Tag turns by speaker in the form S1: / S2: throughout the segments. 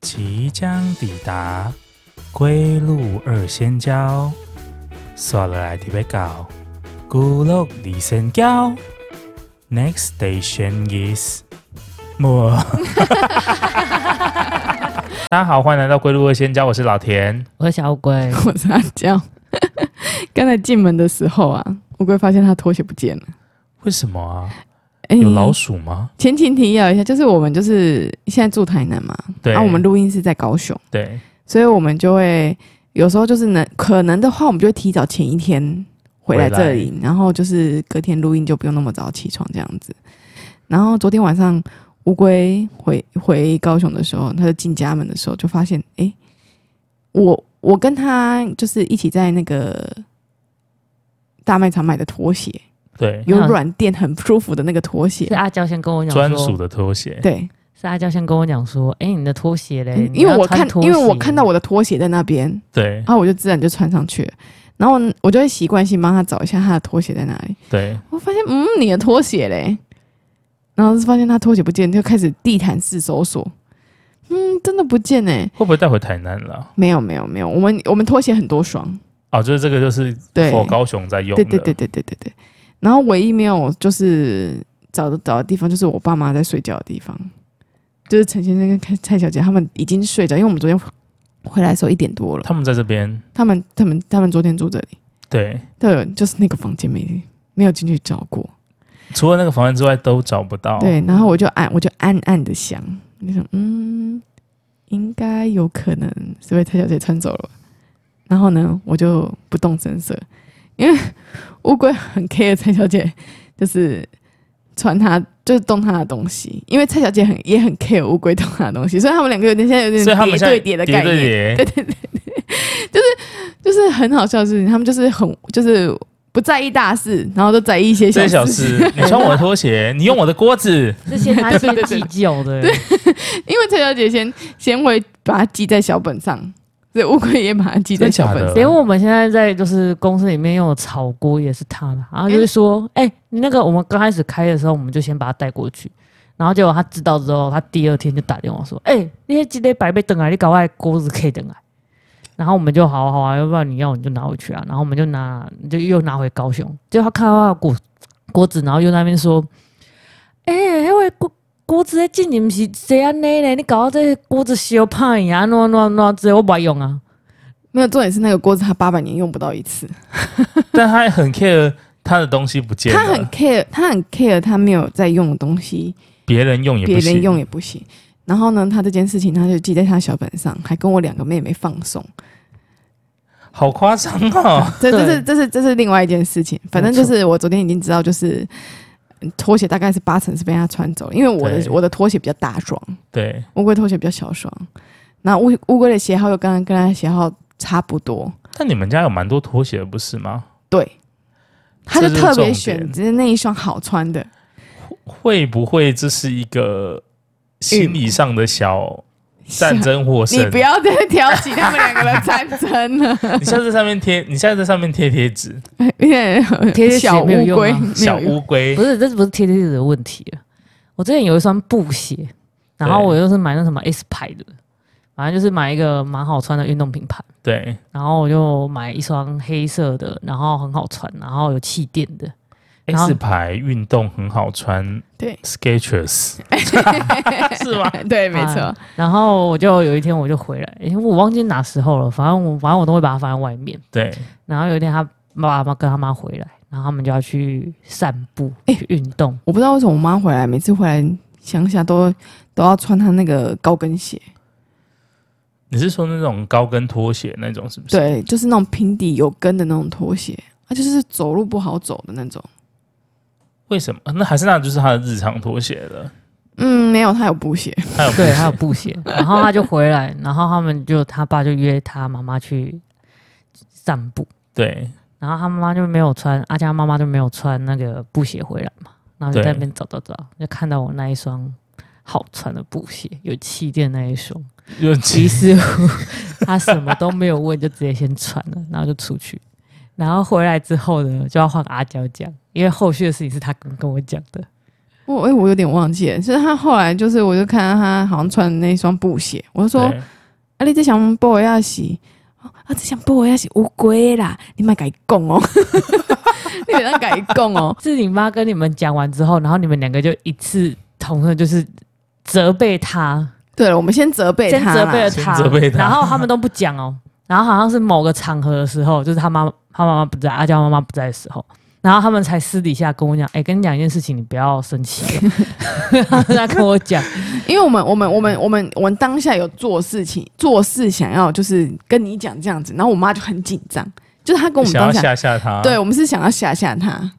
S1: 即将抵达归路二仙交，刷了来特别高，孤路二仙交。Next station is 莫。大家好，欢迎来到归路二仙交，我是老田。
S2: 我是小乌 龟，
S3: 我是阿娇。刚才进门的时候啊，乌龟发现他拖鞋不见了。
S1: 为什么啊？
S3: 哎
S1: 有老鼠吗？
S3: 前情提要一下，就是我们就是现在住台南嘛，
S1: 对，
S3: 啊然后、我们录音是在高雄，
S1: 对
S3: 所以我们就会有时候就是能可能的话，我们就会提早前一天回来这里，然后就是隔天录音就不用那么早起床这样子。然后昨天晚上乌龟回回高雄的时候，他就进家门的时候就发现，哎、我我跟他就是一起在那个大卖场买的拖鞋，
S1: 对，
S3: 有软垫很舒服的那个拖鞋
S2: 是，啊阿娇先跟我讲说
S1: 专属的拖鞋。
S3: 对，
S2: 是阿娇先跟我讲说，哎、你的拖鞋嘞？你
S3: 因为
S2: 要
S3: 我
S2: 穿
S3: 看
S2: 拖
S3: 因为
S2: 鞋
S3: 我看到我的拖鞋在那边，
S1: 对
S3: 然后我就自然就穿上去了。然后我就会习惯性帮他找一下他的拖鞋在哪里。
S1: 对
S3: 我发现，嗯，你的拖鞋嘞，然后就发现他拖鞋不见，就开始地毯式搜索。嗯，真的不见哎、
S1: 会不会带回台南了？
S3: 没有没有没有，我们我们拖鞋很多双，
S1: 哦，就是这个，就是
S3: 对
S1: 否高雄在用的。
S3: 对对对对对对对。然后唯一没有就是找的找的地方，就是我爸妈在睡觉的地方，就是陈先生跟蔡蔡小姐他们已经睡着，因为我们昨天回来的时候一点多了，
S1: 他们在这边，
S3: 他们他们他们昨天住这里，
S1: 对，
S3: 对，就是那个房间没没有进去找过，
S1: 除了那个房间之外都找不到。
S3: 对，然后我就暗我就暗暗的想，你想嗯，应该有可能是被蔡小姐穿走了吧，然后呢，我就不动声色，因为乌龟很 care 蔡小姐，就是穿她就是动她的东西，因为蔡小姐很也很 care 乌龟动她的东西，所以他们两个有点现在有点
S1: 所以他们
S3: 叠
S1: 现在
S3: 对叠的概念，
S1: 叠对叠，
S3: 就是很好笑的事情，他们就是很就是不在意大事，然后都在意一些
S1: 这些小
S3: 小事。
S1: 事，你穿我的拖 鞋，你用我的锅子，
S2: 这些他
S3: 对
S2: 先
S3: 对对
S2: 计较的，
S3: 因为蔡小姐先先会把它记在小本上，所以乌龟也把它记在小本
S1: 真的假的
S3: 上。
S2: 连我们现在在就是公司里面用的炒锅也是他的，然后就是说，哎、你那个我们刚开始开的时候，我们就先把它带过去，然后结果他知道之后，他第二天就打电话说，哎、那些鸡肋白被等来，你搞外锅子可以等来。然后我们就好啊好啊，要不然你要你就拿回去啊。然后我们就拿就又拿回高雄，结果他看到他的锅锅子，然后又在那边说，哎、那位锅锅子的进你是啊这样呢嘞，你搞到这锅子烧歹呀，喏喏喏，这我不爱用啊。
S3: 没有重点是那个锅子，它八百年用不到一次。
S1: 但他很 care 他的东西不见
S3: 他很
S1: 了，
S3: care，他很 care，他没有在用的东西，
S1: 别人用也
S3: 别
S1: 不行，
S3: 人用也不行。然后呢，他这件事情他就记在他小本上，还跟我两个妹妹放送。
S1: 好夸张哦！
S3: 这这是
S2: 对
S3: 这是这是另外一件事情。反正就是我昨天已经知道，就是嗯拖鞋大概是八成是被他穿走了，因为我
S1: 对
S3: 的我的拖鞋比较大双，
S1: 对，
S3: 乌龟拖鞋比较小双，那乌乌龟的鞋号又跟他跟他的鞋号差不多，
S1: 但你们家有蛮多拖鞋的不是吗？
S3: 对，他就
S1: 这是
S3: 特别
S1: 重
S3: 选
S1: 点
S3: 择那一双好穿的，
S1: 会不会这是一个心理上的小战争获
S3: 嗯 你
S1: 胜
S3: 不？要再挑起他们两个的战争了，
S1: 你现在在上面贴，你现在在上面贴 贴纸，
S3: 因为
S2: 贴贴纸
S3: 小
S2: 也没有
S3: 乌
S2: 用
S3: 龟
S2: 啊，
S3: 没
S1: 小
S3: 有用
S1: 乌龟
S2: 不是，这不是贴贴纸的问题了。我之前有一双布鞋，然后
S1: 对
S2: 我又是买那什么 S 牌的，反正就是买一个蛮好穿的运动品牌，
S1: 对，
S2: 然后我就买一双黑色的，然后很好穿，然后有气垫的，然后
S1: S 牌运动很好穿，
S3: 对
S1: Skechers 是吗？
S3: 对，没错
S2: 啊，然后我就有一天我就回来，因为我忘记哪时候了，反正我反正我都会把它放在外面。
S1: 对，
S2: 然后有一天他爸爸跟他妈回来，然后他们就要去散步、去运动，
S3: 我不知道为什么我妈回来，每次回来乡下都都要穿她那个高跟鞋，
S1: 你是说那种高跟拖鞋那种是不是？，
S3: 对，就是那种平底有跟的那种拖鞋，它就是走路不好走的那种。
S1: 为什么？呃那还是那就是他的日常拖鞋了。
S3: 嗯，没有，它有布鞋。
S1: 还有
S2: 对，还有布鞋。然后他就回来，然后他们就他爸就约他妈妈去散步，
S1: 对
S2: 然后他妈妈就没有穿，阿佳妈妈就没有穿那个布鞋回来嘛，然后就
S1: 对
S2: 在那边找找找，就看到我那一双好穿的布鞋，有气垫那一双。
S1: 有
S2: 于
S1: 其
S2: 是乎他什么都没有问，就直接先穿了，然后就出去。然后回来之后呢，就要换阿娇讲，因为后续的事情是他跟跟我讲的。
S3: 我哎、我有点忘记了，是他后来就是，我就看到他好像穿的那双布鞋，我就说：“
S1: 对
S3: 啊，你这双布要洗，哦啊，这双布要洗乌龟啦，你买改供哦， 你别让改供哦。
S2: 是你妈跟你们讲完之后，然后你们两个就一次同的就是责备他，”
S3: 对了，我们先责备
S2: 先
S3: 他
S2: 责备
S3: 啦
S2: 了他，
S1: 先责备他
S2: 然后他们都不讲哦。然后好像是某个场合的时候，就是他妈他妈妈不在，阿娇妈妈不在的时候，然后他们才私底下跟我讲，哎、跟你讲一件事情，你不要生气哦。然后 他跟我讲，
S3: 因为我们我们我们我们我们当下有做事情，做事想要就是跟你讲这样子，然后我妈就很紧张，就是她跟我们
S1: 想要
S3: 当下，
S1: 吓吓他，
S3: 对我们是想要吓吓她，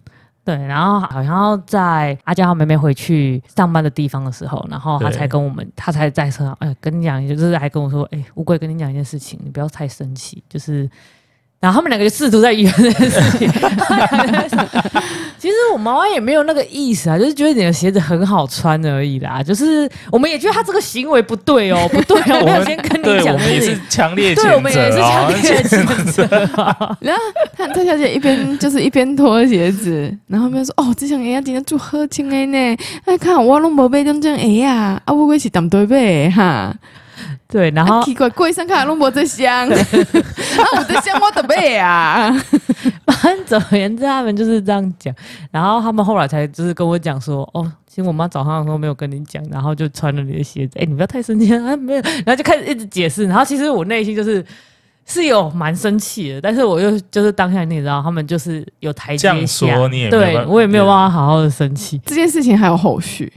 S2: 对，然后好像要在阿娇和妹妹回去上班的地方的时候，然后他
S1: 对
S2: 才跟我们，他才在车上，哎，跟你讲，就是还跟我说，哎，乌龟跟你讲一件事情，你不要太生气，就是。然后他们两个就试图在圆这件事情， 其实我妈妈也没有那个意思啊，就是觉得你的鞋子很好穿而已啦。就是我们也觉得她这个行为不对哦，不对哦，
S1: 我
S2: 我有
S1: 们
S2: 先跟
S1: 对
S2: 你
S1: 我
S2: 讲
S1: 们也
S2: 这件事
S1: 是
S2: 情，
S1: 强烈
S2: 对，我们
S1: 谴
S2: 也是
S1: 责啊，
S2: 强 烈 谴责哦啊。
S3: 然后她蔡小姐一边就是一边脱鞋子，然后一边说：“哦，这双鞋啊，今天做好穿的呢，哎，看我拢无买这种鞋啊，啊，我过是当对买的哈，
S2: 对，然后
S3: 啊，奇怪，过身看拢无这 双，啊，有这双我得买啊，
S2: 反 正总而言之，他们就是这样讲。然后他们后来才就是跟我讲说，哦，其实我妈早上的时候没有跟你讲，然后就穿了你的鞋子。哎、你不要太生气啊，没有。然后就开始一直解释。然后其实我内心就是是有蛮生气的，但是我又就是当下你也知道，他们就是有台
S1: 这
S2: 阶
S1: 样
S2: 下，
S1: 说你也没有
S2: 对
S1: 办法
S2: 我也没有办法好好的生 气。
S3: 这件事情还有后续。”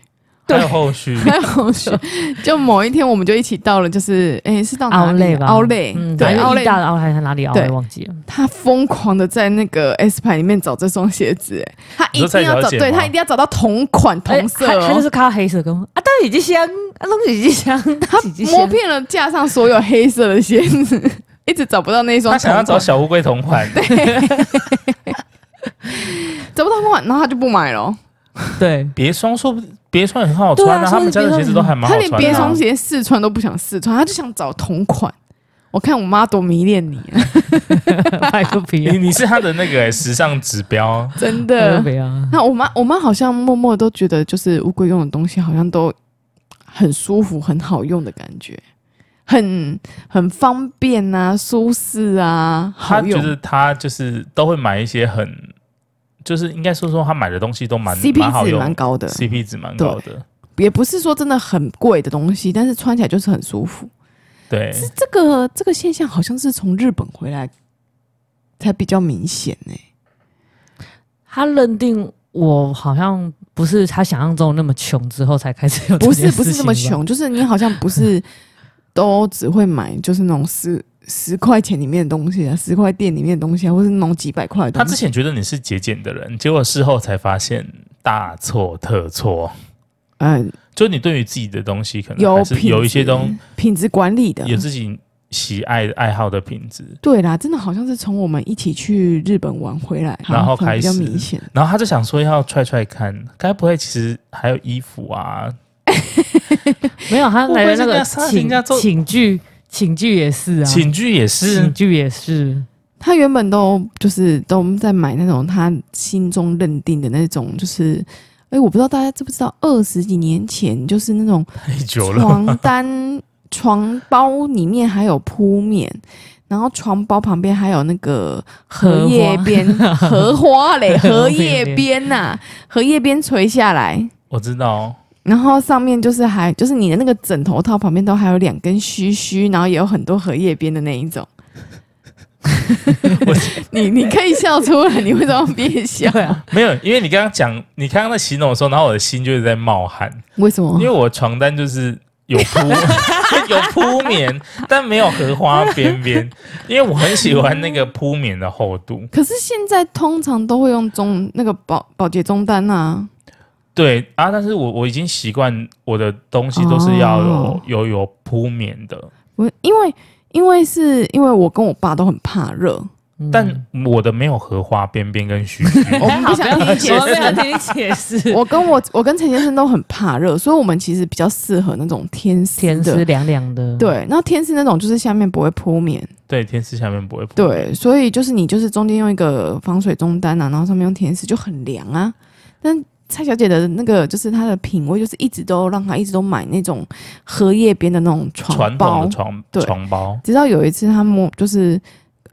S2: 对
S1: 还有后 续，
S3: 还有后续，就某一天我们就一起到了，就是诶，是到哪
S2: 奥
S3: 里
S2: 累吧，
S3: 奥累，
S2: 嗯，
S3: 对，
S2: 反正
S3: 奥
S2: 意
S3: 累。
S2: 大的奥莱还是哪里奥莱
S3: 对
S2: 忘记了，
S3: 他疯狂的在那个 S 牌里面找这双鞋子，诶，他一定要
S1: 你说蔡小
S3: 找，
S1: 姐吗
S3: 对他一定要找到同款同色
S2: 哎他他就
S3: 哦。
S2: 是看到黑色跟我啊，但是已经香，啊，东西已经香，他已经
S3: 摸
S2: 香。
S3: 遍了架上所有黑色的鞋子， 一直找不到那一双
S1: 他
S3: 同
S1: 想要
S3: 款，
S1: 找小乌龟同款，
S3: 找不到同款，然后他就不买了哦。
S2: 对，
S1: 别双说不别双也很好穿
S2: 对啊
S1: 他们家的鞋子都还蛮好
S3: 他
S1: 穿的
S3: 连
S1: 啊。
S3: 别双鞋试穿都不想试穿，他就想找同款。我看我妈多迷恋你、啊，
S2: 卖个皮 啊
S1: 你，你是他的那个欸时尚指标，
S3: 真
S2: 卖
S3: 的
S1: 嗯
S2: 个。皮啊。
S3: 那我妈，我妈好像默默都觉得，就是乌龟用的东西好像都很舒服、很好用的感觉，很很方便啊、舒适啊，
S1: 他
S3: 好
S1: 觉
S3: 用。
S1: 得他就是都会买一些很，就是应该说说他买的东西都蛮蛮
S3: CP
S1: 好
S3: 值
S1: 用
S3: 蛮高的，
S1: ，CP 值蛮高的。
S3: 也不是说真的很贵的东西，但是穿起来就是很舒服。
S1: 对，
S3: 这个这个现象好像是从日本回来才比较明显呢、
S2: 他认定我好像不是他想象中那么穷，之后才开始有
S3: 不
S2: 这
S3: 是
S2: 件
S3: 不是
S2: 事
S3: 这
S2: 情
S3: 么
S2: 吧，
S3: 穷，就是你好像 不是都只会买就是那种十十块钱里面的东西啊，十块店里面的东西啊，或是那种几百块的
S1: 他
S3: 东
S1: 之
S3: 西。
S1: 前觉得你是节俭的人，结果事后才发现大错特错。
S3: 嗯，
S1: 就你对于自己的东西，可能
S3: 有
S1: 呃还是
S3: 品质
S1: 有一些东
S3: 品质管理的，
S1: 有自己喜爱爱好的品质，
S3: 对啦，真的好像是从我们一起去日本玩回来，
S1: 然后
S3: 好像
S1: 开
S3: 比较
S1: 始
S3: 明显。
S1: 然后他就想说要踹踹看，该不会其实还有衣服啊？
S2: 没有他
S1: 我
S2: 来的那
S1: 不会这
S2: 个
S1: 样杀人
S2: 请
S1: 家做
S2: 请剧，请剧也是啊，
S1: 寝具也
S2: 请
S1: 是，
S2: 剧也是，
S3: 他原本都就是都在买那种他心中认定的那种，就是。哎、我不知道大家知不知道，二十几年前就是那种
S1: 太久了，
S3: 床单、床包里面还有铺面，然后床包旁边还有那个荷叶边、 荷花 嘞，荷叶边呐、荷叶边垂下来，
S1: 我知道。哦
S3: 然后上面就是还就是你的那个枕头套旁边都还有两根须须，然后也有很多荷叶边的那一种。 你你可以笑出来，你为什么要憋笑？
S2: 对啊，
S1: 没有，因为你刚刚讲，你刚刚在形容的时候，然后我的心就是在冒汗，
S3: 为什么
S1: 因为？我床单就是有铺 有铺棉，但没有荷花边边，因为我很喜欢那个铺棉的厚度。
S3: 可是现在通常都会用中那个保保洁中单啊，
S1: 对啊，但是我我已经习惯我的东西都是要有、
S3: 哦嗯
S1: 有有铺棉的，
S3: 我因为因为是因为我跟我爸都很怕 热，
S2: 嗯
S1: 但我的没有荷花边边跟须 须。
S3: 我们不想听你解
S2: 我没有
S3: 释。
S2: 听你解释，
S3: 我跟我我跟陈先生都很怕热，所以我们其实比较适合那种天丝
S2: 甜
S3: 的。
S2: 丝凉凉的，，
S3: 对，那天丝那种就是下面不会铺棉，
S1: 对，天丝下面不会铺。，
S3: 对，所以就是你就是中间用一个防水中单啊，然后上面用天丝就很凉啊。但蔡小姐的那个就是她的品味，就是一直都让她一直都买那种荷叶边的那种
S1: 传
S3: 床
S1: 统
S3: 包
S1: 的，床
S3: 对
S1: 床包，
S3: 直到有一次他们就是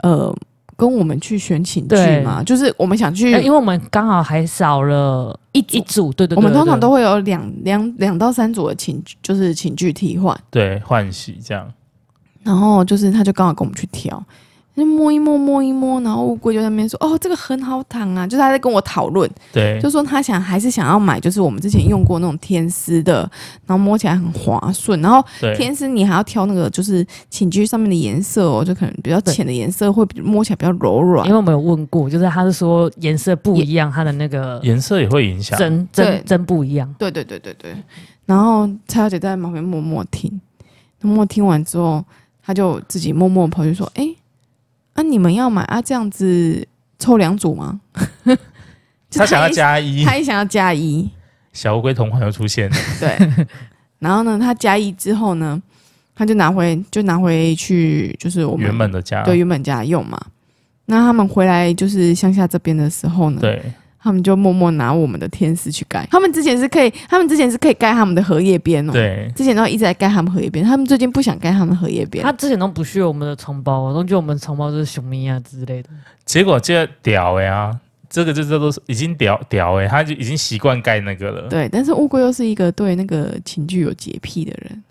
S3: 呃跟我们去选寝
S2: 对
S3: 具嘛，就是我们想去，
S2: 哎因为我们刚好还少了一一组，对对对
S3: 我们通常
S2: 对
S3: 都会有两两两到三组的寝具就是寝具替换，
S1: 对，换洗这样。
S3: 然后就是他就刚好跟我们去挑。就摸一摸，摸一摸，然后乌龟就在那边说：“哦，这个很好躺啊！”就是他在跟我讨论，
S1: 对，
S3: 就说他想还是想要买，就是我们之前用过那种天丝的，然后摸起来很滑顺，然后
S1: 对，
S3: 天丝你还要挑那个就是寝具上面的颜色哦，就可能比较
S2: 对
S3: 浅的颜色会比摸起来比较柔软
S2: 因。为我们有问过，就是他是说颜色不一样，它的那个
S1: 颜色也会影响。
S2: 针
S3: 对
S2: 针针不一样。
S3: 对对对对对。然后蔡小姐在旁边默默听，默默听完之后，她就自己默默跑去说：“哎、啊你们要买啊这样子凑两组吗？” 就
S1: 他想要
S3: 也，
S1: 加一，
S3: 她也想要加一，
S1: 小乌龟同款又出现了。
S3: 对。然后呢，她加一之后呢，她就拿回就拿回去，就是我们
S1: 原本的家，
S3: 对原本家用嘛。那他们回来就是乡下这边的时候呢，
S1: 对
S3: 他们就默默拿我们的天丝去盖。他们之前是可以，他们之前是可以盖他们的荷叶边哦。，
S1: 对
S3: 之前都一直在盖他们荷叶边，他们最近不想盖他们荷叶边
S2: 他。之前都不屑我们的床包，都觉得我们床包就是熊咪啊之类的。
S1: 结果这屌哎啊，这个就这都是已经屌屌哎，他就已经习惯盖那个了。
S3: 对，但是乌龟又是一个对那个情绪有洁癖的人，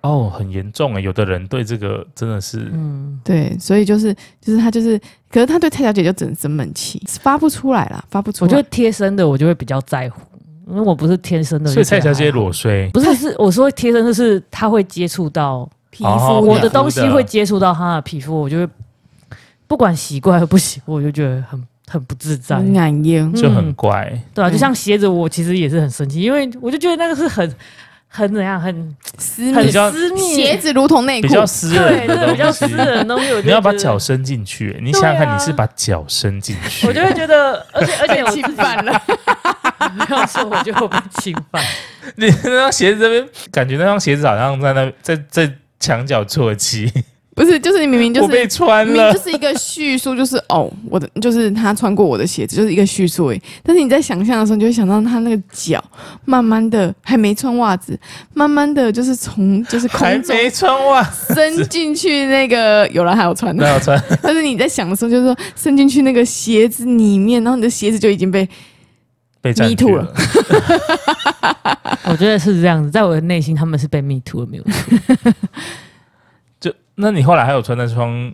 S1: 哦，很严重哎，有的人对这个真的是
S2: 嗯，
S3: 对，所以就是就是他就是，可是他对蔡小姐就整生闷气，发不出来啦，发不出
S2: 我
S3: 来。
S2: 觉得贴身的我就会比较在乎，因为我不是天生的。
S1: 所以蔡小姐
S2: 我就觉得还好
S1: 裸睡，
S2: 不是是我说贴身，就是她会接触到
S3: 皮
S1: 哦
S3: 肤
S2: 我
S1: 皮
S2: 的
S1: 肤
S2: 东西
S1: 的
S2: 会接触到她的皮肤，我就会不管习惯和不习惯，我就觉得很很不自在。
S3: 很眼烟，
S2: 嗯
S1: 就很怪。
S2: 对啊，
S3: 嗯
S2: 就像鞋子，我其实也是很生气，因为我就觉得那个是很很怎样，很
S3: 私
S2: 很
S3: 密
S1: 比较
S2: 私密，
S3: 鞋子如同内
S1: 比
S3: 裤，
S1: 较私人
S2: 对，就是
S1: 的
S2: 比较
S1: 东
S2: 私
S1: 西，
S2: 人的东西。我就
S1: 你要把
S2: 觉得
S1: 脚伸进去，欸你想想
S2: 对
S1: 看，
S2: 啊
S1: 你是把脚伸进去， 欸
S2: 我就会觉得，而且而且我
S3: 侵犯了。
S2: 不要说，我觉得我被侵犯。
S1: 你那双鞋子这边，感觉那双鞋子好像在那在在墙角啜泣，
S3: 不是，就是你明明就是
S1: 我被穿
S3: 明明
S1: 了
S3: 就。是一个叙述，就是 哦，我的就是他穿过我的鞋子，就是一个叙述而已。但是你在想象的时候，你就会想到他那个脚慢慢的还没穿袜子，慢慢的就是从就是
S1: 还
S3: 空中
S1: 没穿袜，
S3: 伸进去那个，有人还有穿
S1: 那
S3: 的，
S1: 要穿
S3: 但是你在想的时候，就是说伸进去那个鞋子里面，然后你的鞋子就已经被
S1: 被占
S3: Me
S1: 据
S3: too
S1: 了。
S2: 我觉得是这样子，在我的内心，他们是被 me too 了，没有错？
S1: 就那你后来还有穿那双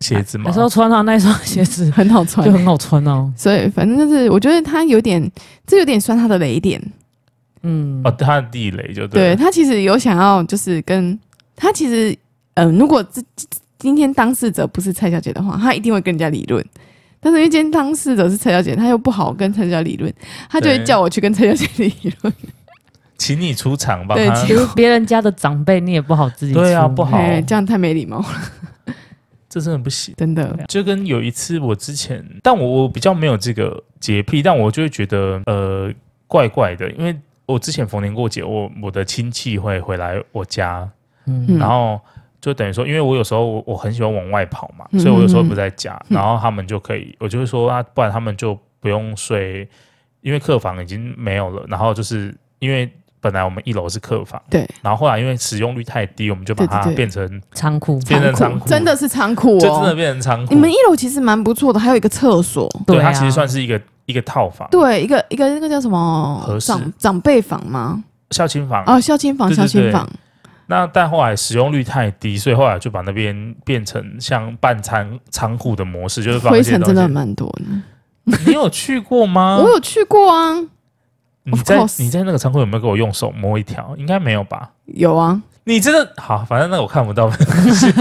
S1: 鞋子
S3: 哎
S1: 吗
S2: 有时？候穿上那双鞋子
S3: 很好穿
S2: 就。很好穿哦。
S3: 所以反正就是，我觉得他有点，这有点算他的雷点。
S2: 嗯，
S1: 哦，他的地雷就
S3: 对
S1: 了
S3: 他其实有想要，就是跟他其实，嗯、如果这这今天当事者不是蔡小姐的话，他一定会跟人家理论。但是因为今天当事者是蔡小姐，他又不好跟蔡小姐理论，他就会
S1: 对
S3: 叫我去跟蔡小姐理论。
S1: 请你出场吧。
S3: 对
S1: 他
S3: 请
S2: 就是别人家的长辈，你也不好自己
S1: 对啊
S2: 出
S1: 不好
S3: 哎，这样太没礼貌了，
S1: 这真的不行。
S3: 真的。
S1: 就跟有一次我之前，但我我比较没有这个洁癖，但我就会觉得呃怪怪的，因为我之前逢年过节，我我的亲戚会回来我家，
S2: 嗯
S1: 然后就等于说，因为我有时候我我很喜欢往外跑嘛，
S3: 嗯
S1: 所以我有时候不在家，
S3: 嗯
S1: 然后他们就可以，我就会说啊，不然他们就不用睡，因为客房已经没有了，然后就是因为。本来我们一楼是客房，
S3: 对，
S1: 然后后来因为使用率太低，我们就把
S3: 对对
S1: 它
S3: 对
S1: 变成，
S2: 仓库
S1: 变成仓库
S3: 真的是仓库
S1: 就真的
S3: 哦。
S1: 变成仓库。
S3: 你们一楼其实蛮不错的，还有一个厕所，
S1: 对
S2: 啊，
S1: 它其实算是一个一个套房，
S3: 对，一个一个那个叫什么
S1: 合适
S3: 长长辈房吗？
S1: 校庆房。
S3: 哦，孝亲房，
S1: 对对
S3: 孝亲
S1: 对
S3: 房，
S1: 那但后来使用率太低，所以后来就把那边变成像半仓仓库的模式，就是放
S3: 灰
S1: 一些
S3: 尘
S1: 东
S3: 真的
S1: 西。
S3: 蛮多的。
S1: 你有去过吗？
S3: 我有去过啊，
S1: 你
S3: Of
S1: 在
S3: course
S1: 你在那个仓库有没有给我用手摸一条？应该没有吧？
S3: 有啊，
S1: 你真的好，反正那个我看不到。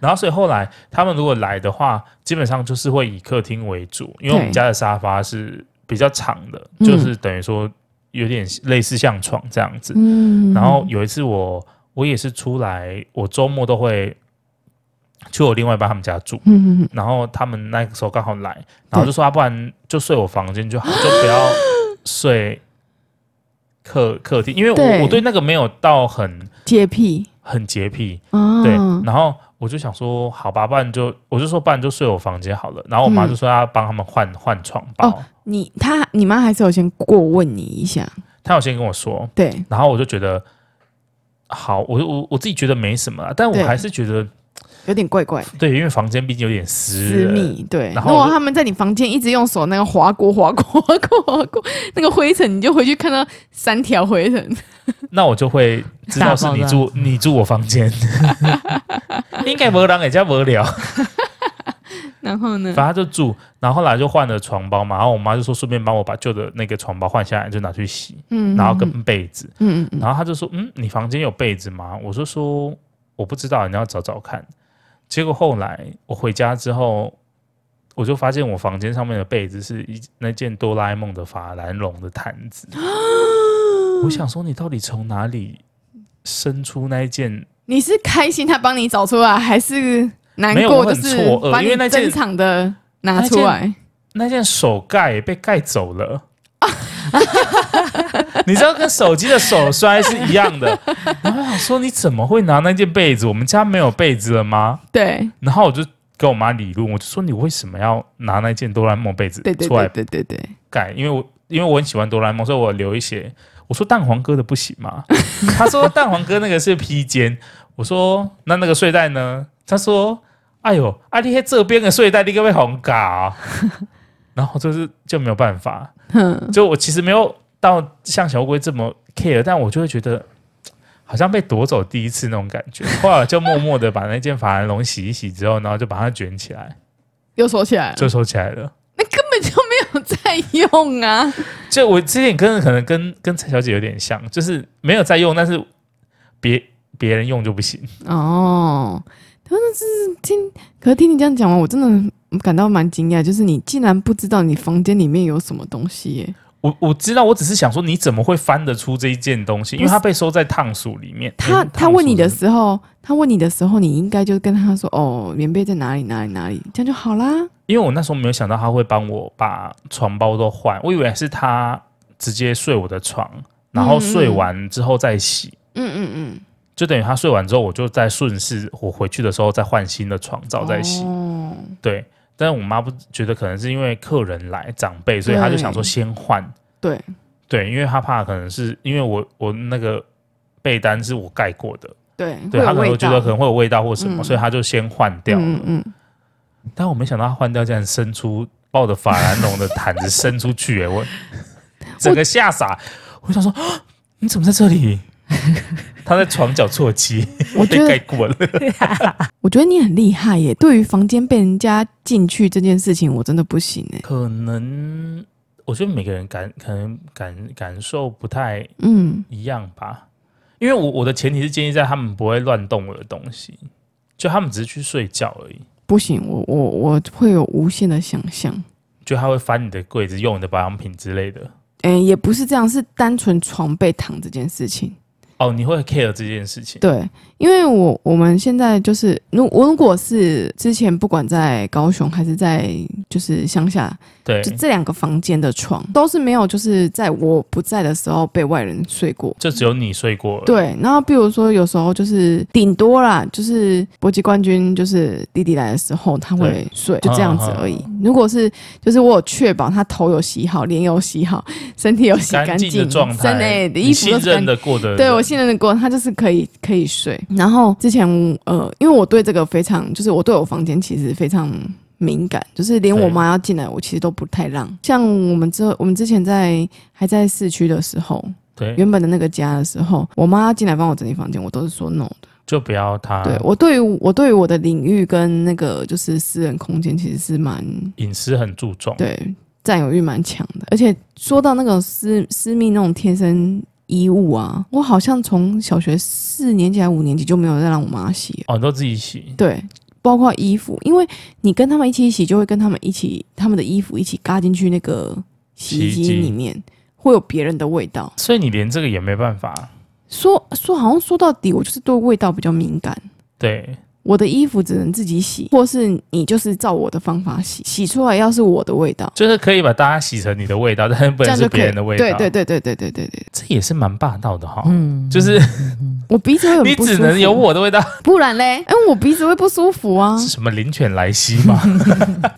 S1: 然后所以后来他们如果来的话，基本上就是会以客厅为主，因为我们
S3: 对
S1: 家的沙发是比较长的，
S3: 嗯
S1: 就是等于说有点类似像床这样子。
S3: 嗯。
S1: 然后有一次我我也是出来，我周末都会去我另外一半他们家住。
S3: 嗯，嗯嗯
S1: 然后他们那个时候刚好来，然后就说啊，不然就睡我房间就好，就不要睡客客厅，因为
S3: 对
S1: 我我对那个没有到很
S3: 洁癖
S1: 很洁癖，
S3: 啊，
S1: 对。然后我就想说，好吧，不然就我就说，不然就睡我房间好了。然后我妈就说要帮他们换换床包，
S3: 哦你他你妈还是有先过问你一下，
S1: 她有先跟我说，
S3: 对，
S1: 然后我就觉得好，我就我我自己觉得没什么啦，但
S3: 对
S1: 我还是觉得
S3: 有点怪怪。
S1: 对，因为房间毕竟有点私
S3: 私
S1: 人
S3: 密对，
S1: 然
S3: 如
S1: 后我
S3: 果
S1: 就
S3: 他们在你房间一直用手那个划过划过划过划过 那个灰尘，你就回去看到三条灰尘。
S1: 那我就会知道是你住你住我房间， 应该没人也家无聊，
S3: 然后呢？
S1: 反正他就住，然后后来就换了床包嘛，然后我妈就说顺便帮我把旧的那个床包换下来，就拿去洗，
S3: 嗯
S1: 然后跟被子，
S3: 嗯嗯嗯，
S1: 然后他就说嗯，你房间有被子吗？我就说我不知道，你要找找看。结果后来我回家之后，我就发现我房间上面的被子是一那件哆啦 A 梦的法兰绒的毯子，我想说你到底从哪里生出那一件？
S3: 你是开心他帮你找出来，还是难
S1: 没有
S3: 过
S1: 我
S3: 就
S1: 很
S3: 是
S1: 错愕
S3: 把
S1: 因
S3: 你
S1: 为那件
S3: 珍藏的拿出来？
S1: 那件手盖也被盖走了。 你知道跟手机的手摔是一样的， 然后我想说你怎么会拿那件被子？我们家没有被子了吗？
S3: 对
S1: 然后我就跟我妈理论，我就说你为什么要拿那件哆啦 A 梦被子
S3: 对对
S1: 出
S3: 对
S1: 来
S3: 对对对，
S1: 盖？因为我因为我很喜欢哆啦 A 梦，所以我留一些。我说蛋黄哥的不行 吗？他说蛋黄哥那个是披肩。我说那那个睡袋呢？他说哎呦，啊你那这边的睡袋你该被红嘎、然后就是就没有办法，
S3: 哼，
S1: 就我其实没有到像小乌龟这么 care，但我就会觉得嘖好像被夺走第一次那种感觉。后来就默默的把那件法兰绒洗一洗之后，然后就把它卷起来，
S3: 又收起来了，
S1: 就收起来了。
S3: 那根本就没有在用啊！
S1: 就我之前跟可能跟跟蔡小姐有点像，就是没有在用，但是别别人用就不行。
S3: 哦，他那是听，可是听你这样讲完，我真的感到蛮惊讶，就是你竟然不知道你房间里面有什么东西耶。
S1: 我我知道，我只是想说，你怎么会翻得出这一件东西？因为它被收在烫鼠里面。
S3: 他
S1: 诶
S3: 他问你的
S1: 烫鼠是
S3: 时候，他问你的时候，你应该就跟他说：“哦，棉被在哪里？哪里哪里？”这样就好啦。
S1: 因为我那时候没有想到他会帮我把床包都换，我以为是他直接睡我的床，然后睡完之后再洗，
S3: 嗯嗯嗯，
S1: 就等于他睡完之后，我就再顺势我回去的时候再换新的床罩再洗。
S3: 哦，
S1: 对，但是我妈不觉得可能是因为客人来长辈，所以她就想说先换。
S3: 对，
S1: 对，因为她怕可能是因为我我那个被单是我盖过的，
S3: 对，
S1: 对
S3: 会
S1: 她可
S3: 有
S1: 能
S3: 味
S1: 会觉得
S3: 道。
S1: 可能会有味道或什么，
S3: 嗯
S1: 所以她就先换掉了。
S3: 嗯嗯，
S1: 但我没想到他换掉，竟然伸出抱着法兰绒的毯子伸出去、欸，我整个吓傻。我想说，啊你怎么在这里？他在床角啜泣，
S3: 我觉
S1: 被盖
S3: 得
S1: 过了。
S3: 我觉得你很厉害耶。对于房间被人家进去这件事情，我真的不行哎。
S1: 可能我觉得每个人感可能感感受不太
S3: 嗯，
S1: 一样吧，因为我我的前提是建立在他们不会乱动我的东西，就他们只是去睡觉而已。
S3: 不行，我我我会有无限的想象。
S1: 就他会翻你的柜子，用你的保养品之类的。
S3: 嗯，也不是这样，是单纯床被躺这件事情。
S1: 哦，你会 care 这件事情？
S3: 对，因为我我们现在就是，如我如果是之前不管在高雄还是在就是乡下，
S1: 对，
S3: 就这两个房间的床都是没有，就是在我不在的时候被外人睡过。
S1: 就只有你睡过而已。
S3: 对，然后比如说有时候就是顶多啦，就是搏击冠军，就是弟弟来的时候他会
S1: 对
S3: 睡，就这样子
S1: 嗯嗯嗯
S3: 而已。如果是就是我有确保他头有洗好，脸有洗好，身体有洗干
S1: 干
S3: 净，
S1: 的状
S3: 真
S1: 态，
S3: 的欸
S1: 你
S3: 衣服都
S1: 信
S3: 是干
S1: 任的过的人，
S3: 对我信任的过，他就是可以可以睡。然后之前呃，因为我对这个非常，就是我对我房间其实非常敏感，就是连我
S1: 对
S3: 妈要进来，我其实都不太让。像我们之后我们之前在还在市区的时候，
S1: 对，
S3: 原本的那个家的时候，我妈要进来帮我整理房间，我都是说 no 的。
S1: 就不要他
S3: 对我对于我对于我的领域跟那个就是私人空间，其实是蛮
S1: 隐私很注重，
S3: 对占有欲蛮强的。而且说到那个私私密那种贴身衣物啊，我好像从小学四年级还五年级就没有再让我妈洗了。
S1: 哦，你都自己洗，
S3: 对，包括衣服，因为你跟他们一起洗，就会跟他们一起他们的衣服一起嘎进去那个洗衣
S1: 洗衣
S3: 机
S1: 机
S3: 里面，会有别人的味道。
S1: 所以你连这个也没办法。
S3: 说说好像说到底，我就是对味道比较敏感。
S1: 对，
S3: 我的衣服只能自己洗，或是你就是照我的方法洗，洗出来要是我的味道，
S1: 就是可以把大家洗成你的味道，但是不
S3: 这
S1: 能
S3: 样
S1: 是
S3: 就可
S1: 别
S3: 以。
S1: 人的味道。
S3: 对对对对对对对对，
S1: 这也是蛮霸道的哈、
S2: 嗯，
S1: 就是
S3: 我鼻子会很
S1: 你
S3: 不
S1: 只
S3: 舒
S1: 能
S3: 服嗯
S1: 有，我的味道，
S3: 不然嘞，因为我鼻子会不舒服啊，
S1: 是什么灵犬莱西 嘛？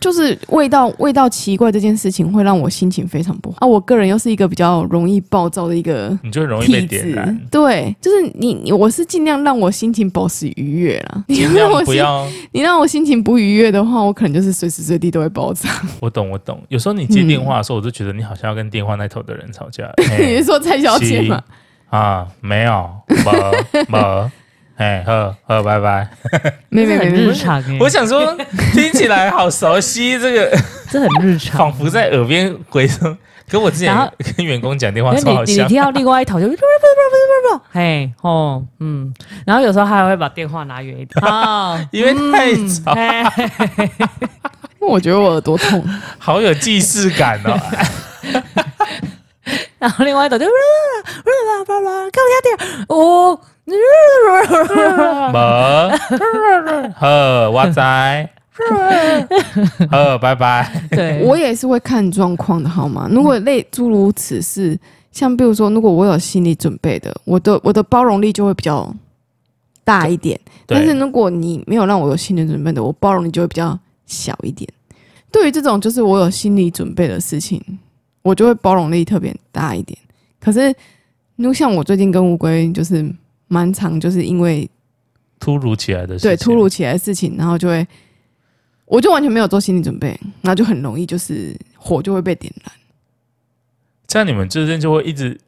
S3: 就是味道味道奇怪这件事情会让我心情非常不好啊。我个人又是一个比较容易暴躁的一个
S1: 你就容易被
S3: 体
S1: 点
S3: 质
S1: 燃，。
S3: 对，就是你你我是尽量让我心情保持愉悦啦。你
S1: 尽
S3: 让
S1: 量
S3: 我
S1: 不
S3: 心
S1: 要。
S3: 你让我心情不愉悦的话，我可能就是随时随地都会爆炸。
S1: 我懂，我懂。有时候你
S3: 嗯
S1: 接电话的时候，我就觉得你好像要跟电话那头的人吵 架。
S3: 你
S1: 嘿
S3: 是说蔡小姐吗？
S1: 啊，没有，没 没，哎，呵呵，拜拜。
S3: 没
S2: 这
S3: 没没
S2: 很
S3: 没
S2: 日，常哎、
S1: 我想说，听起来好熟悉，这 个
S2: 这很
S1: 仿
S2: 日常。
S1: 佛在耳边回声。跟我之前
S2: 然后
S1: 跟员工讲电话
S2: 因为
S1: 超好
S2: 你你
S1: 像，
S2: 听到另外一头就 嘿哦嗯，然后有时候还会把电话拿远一点啊，
S1: 因为太吵，
S2: 嗯嘿
S3: 因为我觉得我耳朵痛。
S1: 好有既视感 哦。
S2: 然后另外一头就看我家店哦，
S1: 没，呵，哇塞，呵，拜拜。
S2: 对，
S3: 我也是会看状况的，好吗？如果类诸如此事，像比如说，如果我有心理准备的，我的我的包容力就会比较大一点。但是
S1: 对，
S3: 如果你没有让我有心理准备的，我包容力就会比较小一点。对于这种就是我有心理准备的事情，我就会包容力特别大一点。可是，如像我最近跟乌龟就是蛮常就是因为
S1: 突如其来的事情
S3: 对突如其来的事情，然后就会我就完全没有做心理准备，然后就很容易就是火就会被点燃。
S1: 这样你们最近就会一直，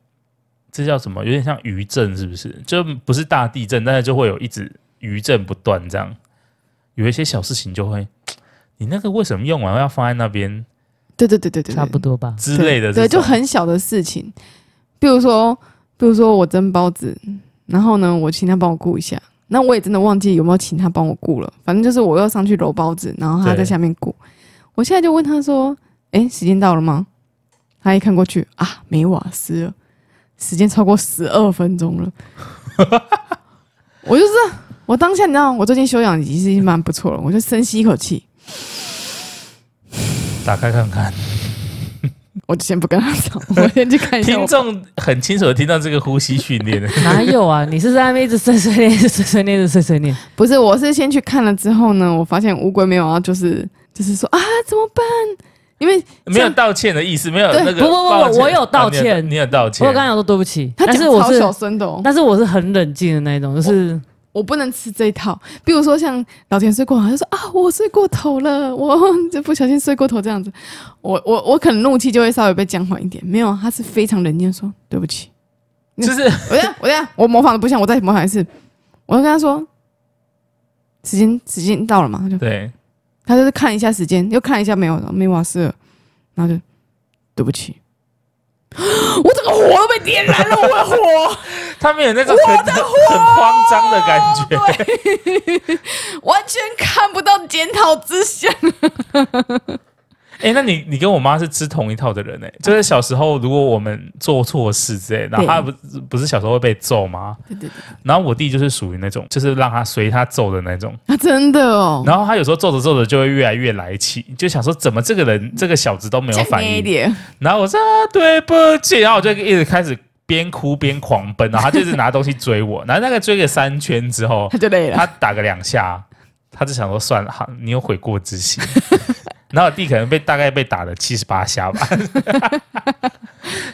S1: 这叫什么？有点像余震，是不是？就不是大地震，但是就会有一直余震不断，这样有一些小事情就会，你那个为什么用完要放在那边
S3: 对对对对对，对
S2: 差不多吧。
S1: 之类的这种，
S3: 对，就很小的事情，比如说，比如说我蒸包子，然后呢，我请他帮我顾一下，那我也真的忘记有没有请他帮我顾了，反正就是我又上去揉包子，然后他
S1: 对
S3: 在下面顾，我现在就问他说：“哎、时间到了吗？”他一看过去啊，没瓦斯了，时间超过十二分钟了， 我就知道，我当下你知道，我最近修养已经是蛮不错了，我就深吸一口气，
S1: 打开看看。
S3: 我就先不跟他吵，我先去看一下我
S1: 听众很清楚的听到这个呼吸训 练，
S2: 哪有啊？你是在那边一直碎碎念，一直碎碎念，一直碎碎念。
S3: 不是，我是先去看了之后呢，我发现乌龟没有要，就是就是说啊，怎么办？因为
S1: 没有道歉的意思，没有
S3: 对
S1: 那个
S2: 不不不
S1: 抱歉
S2: 我有道歉
S1: 啊你有你有道
S2: 我
S1: 歉，
S2: 刚刚有说对不起，
S3: 他
S2: 但
S3: 讲
S2: 是我
S3: 超
S2: 是
S3: 小声的、哦，
S2: 但是我是很冷静的那一种，就是
S3: 我不能吃这一套。比如说像老田睡过头，他就说啊，我睡过头了，我就不小心睡过头这样子。我我我可能怒气就会稍微被降缓一点。没有，他是非常冷静地说对不起。
S1: 就是
S3: 我这样我这样，我模仿的不像，我再模仿一次。我就跟他说，时间时间到了嘛，他就
S1: 对，
S3: 他就是看一下时间，又看一下没有没瓦斯了，然后就对不起， 我整个火都被点燃了，我的火，
S1: 他们有那种很很慌张的感觉，
S3: 完全看不到检讨之象。
S1: 哎、那你你跟我妈是吃同一套的人哎、就是小时候如果我们做错事之类，然后
S3: 对
S1: 她不是不是小时候会被揍吗？
S3: 对对对，
S1: 然后我弟就是属于那种，就是让他随他揍的那种，
S3: 啊，真的哦，
S1: 然后他有时候揍着揍着就会越来越来气，就想说怎么这个人这个小子都没有反
S3: 讲一
S1: 应，
S3: 点，
S1: 然后我说、啊、对不起，然后我就一直开始边哭边狂奔，然后他就一直拿东西追我，然后大概追个三圈之后
S3: 他，就累 了
S1: 他。打个两下，他就想说算了，好，你有悔过之心。 然后我弟可能被大概被打了七十八下吧，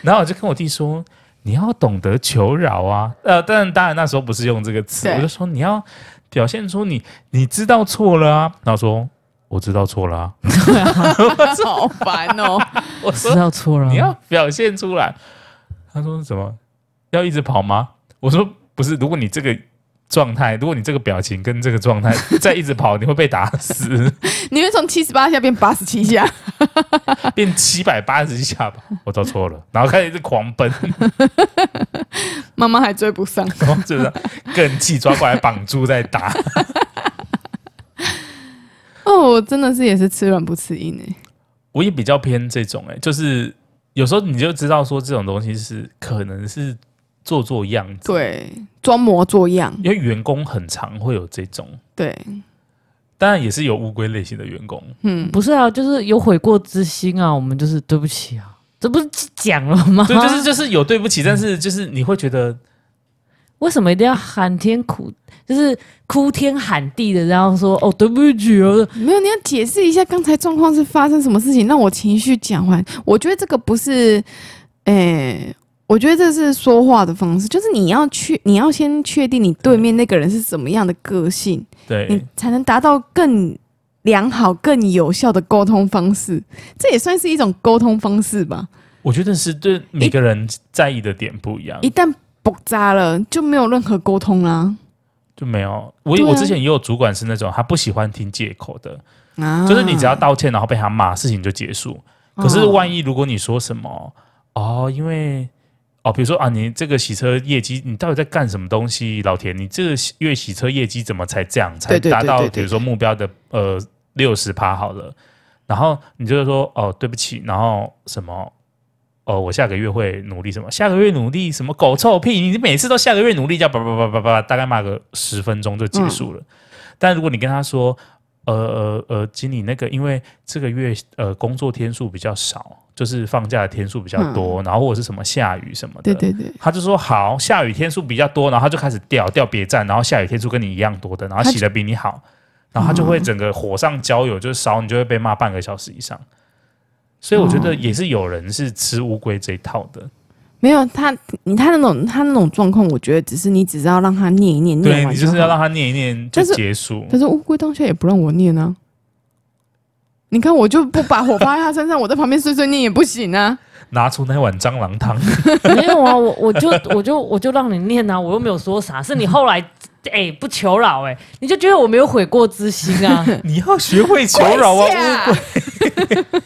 S1: 然后我就跟我弟说，你要懂得求饶啊，呃，但当然那时候不是用这个词，
S3: 对
S1: 我就说你要表现出你你知道错了啊，然后说我知道错了啊，
S3: 好烦哦！
S1: 我
S2: 知
S1: 说
S2: 道错了。
S1: 你要表现出来，他说什么要一直跑吗？我说不是，如果你这个状态，如果你这个表情跟这个状态再一直跑，你会被打死。
S3: 你会从七十八下变八十七下，
S1: 变七百八十下吧，我找错了，然后开始一直狂奔，
S3: 妈妈还追不上。
S1: 然后就是更气抓过来绑住再打。
S3: 哦，我真的是也是吃软不吃硬哎。
S1: 我也比较偏这种、欸，就是有时候你就知道说这种东西是可能是做做样子。，
S3: 对，装模作样，
S1: 因为员工很常会有这种，
S3: 对，
S1: 当然也是有乌龟类型的员工。
S3: 嗯，
S2: 不是啊，就是有悔过之心啊，我们就是对不起啊，这不是讲了吗？
S3: 啊
S1: 对，就是就是有对不起，但是就是你会觉得
S2: 为什么一定要喊天哭，就是哭天喊地的，然后说哦对不起哦，
S3: 没有，你要解释一下刚才状况是发生什么事情，让我情绪讲完。我觉得这个不是，诶、我觉得这是说话的方式，就是你要去，你要先确定你对面那个人是怎么样的个性，你
S1: 对，
S3: 才能达到更良好、更有效的沟通方式。这也算是一种沟通方式吧。
S1: 我觉得是对每个人在意的点不一样
S3: 一，旦爆炸了，就没有任何沟通啦。
S1: 就没有。我、
S3: 对啊
S1: 我之前也有主管是那种他不喜欢听借口的，
S3: 啊，
S1: 就是你只要道歉，然后被他骂，事情就结束。可
S3: 哦嗯
S1: 是万一如果你说什么哦，因为哦，比如说啊，你这个洗车业绩，你到底在干什么东西？老田，你这个月洗车业绩怎么才这样，才
S3: 对对对
S1: 达到
S3: 对对
S1: 比如说目标的呃六十趴好了？然后你就是说哦，对不起，然后什么？哦，我下个月会努力什么？下个月努力什么？狗臭屁！你每次都下个月努力，这样叭叭叭叭叭，大概骂个十分钟就结束了。
S3: 嗯
S1: 但如果你跟他说，呃呃呃，经理那个，因为这个月呃工作天数比较少，就是放假的天数比较多，然后或者是什么下雨什么的，
S3: 嗯对对对，
S1: 他就说好，下雨天数比较多，然后他就开始调调别站，然后下雨天数跟你一样多的，然后
S3: 他
S1: 洗的比你好，然后他就会整个火上浇油，就是烧，你就会被骂半个小时以上。所以我觉
S3: 嗯
S1: 得也是有人是吃乌龟这一套的，
S3: 没有他，你他那种他那种状况，我觉得只是你只是要让他念一念，念
S1: 对
S3: 完
S1: 你就是要
S3: 好
S1: 让他念一念就
S3: 嗯但是
S1: 结束。
S3: 但是乌龟当下也不让我念啊。你看，我就不把火发在他身上，我在旁边碎碎念也不行啊。
S1: 拿出那碗蟑螂汤，
S2: 没有啊，我我就我就我就让你念啊，我又没有说啥，是你后来哎、不求饶哎、你就觉得我没有悔过之心 啊，
S1: 你要学会求饶啊！乌龟
S3: 跪下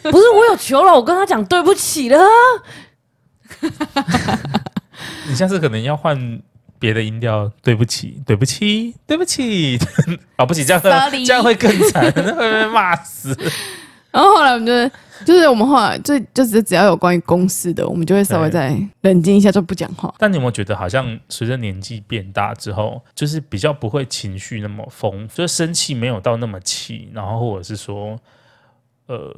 S2: 不是我有求饶，我跟他讲对不起了啊，
S1: 你下次可能要换别的音调，对不起，对不起，对不起， 啊、不起，这样会
S3: Sorry
S1: 这样会更惨，会被骂死。
S3: 然后后来我们就就是我们后来就就是只要有关于公事的，我们就会稍微
S1: 对
S3: 再冷静一下，就不讲话。
S1: 但你有没有觉得，好像随着年纪变大之后，就是比较不会情绪那么疯，就是生气没有到那么气，然后或者是说，呃，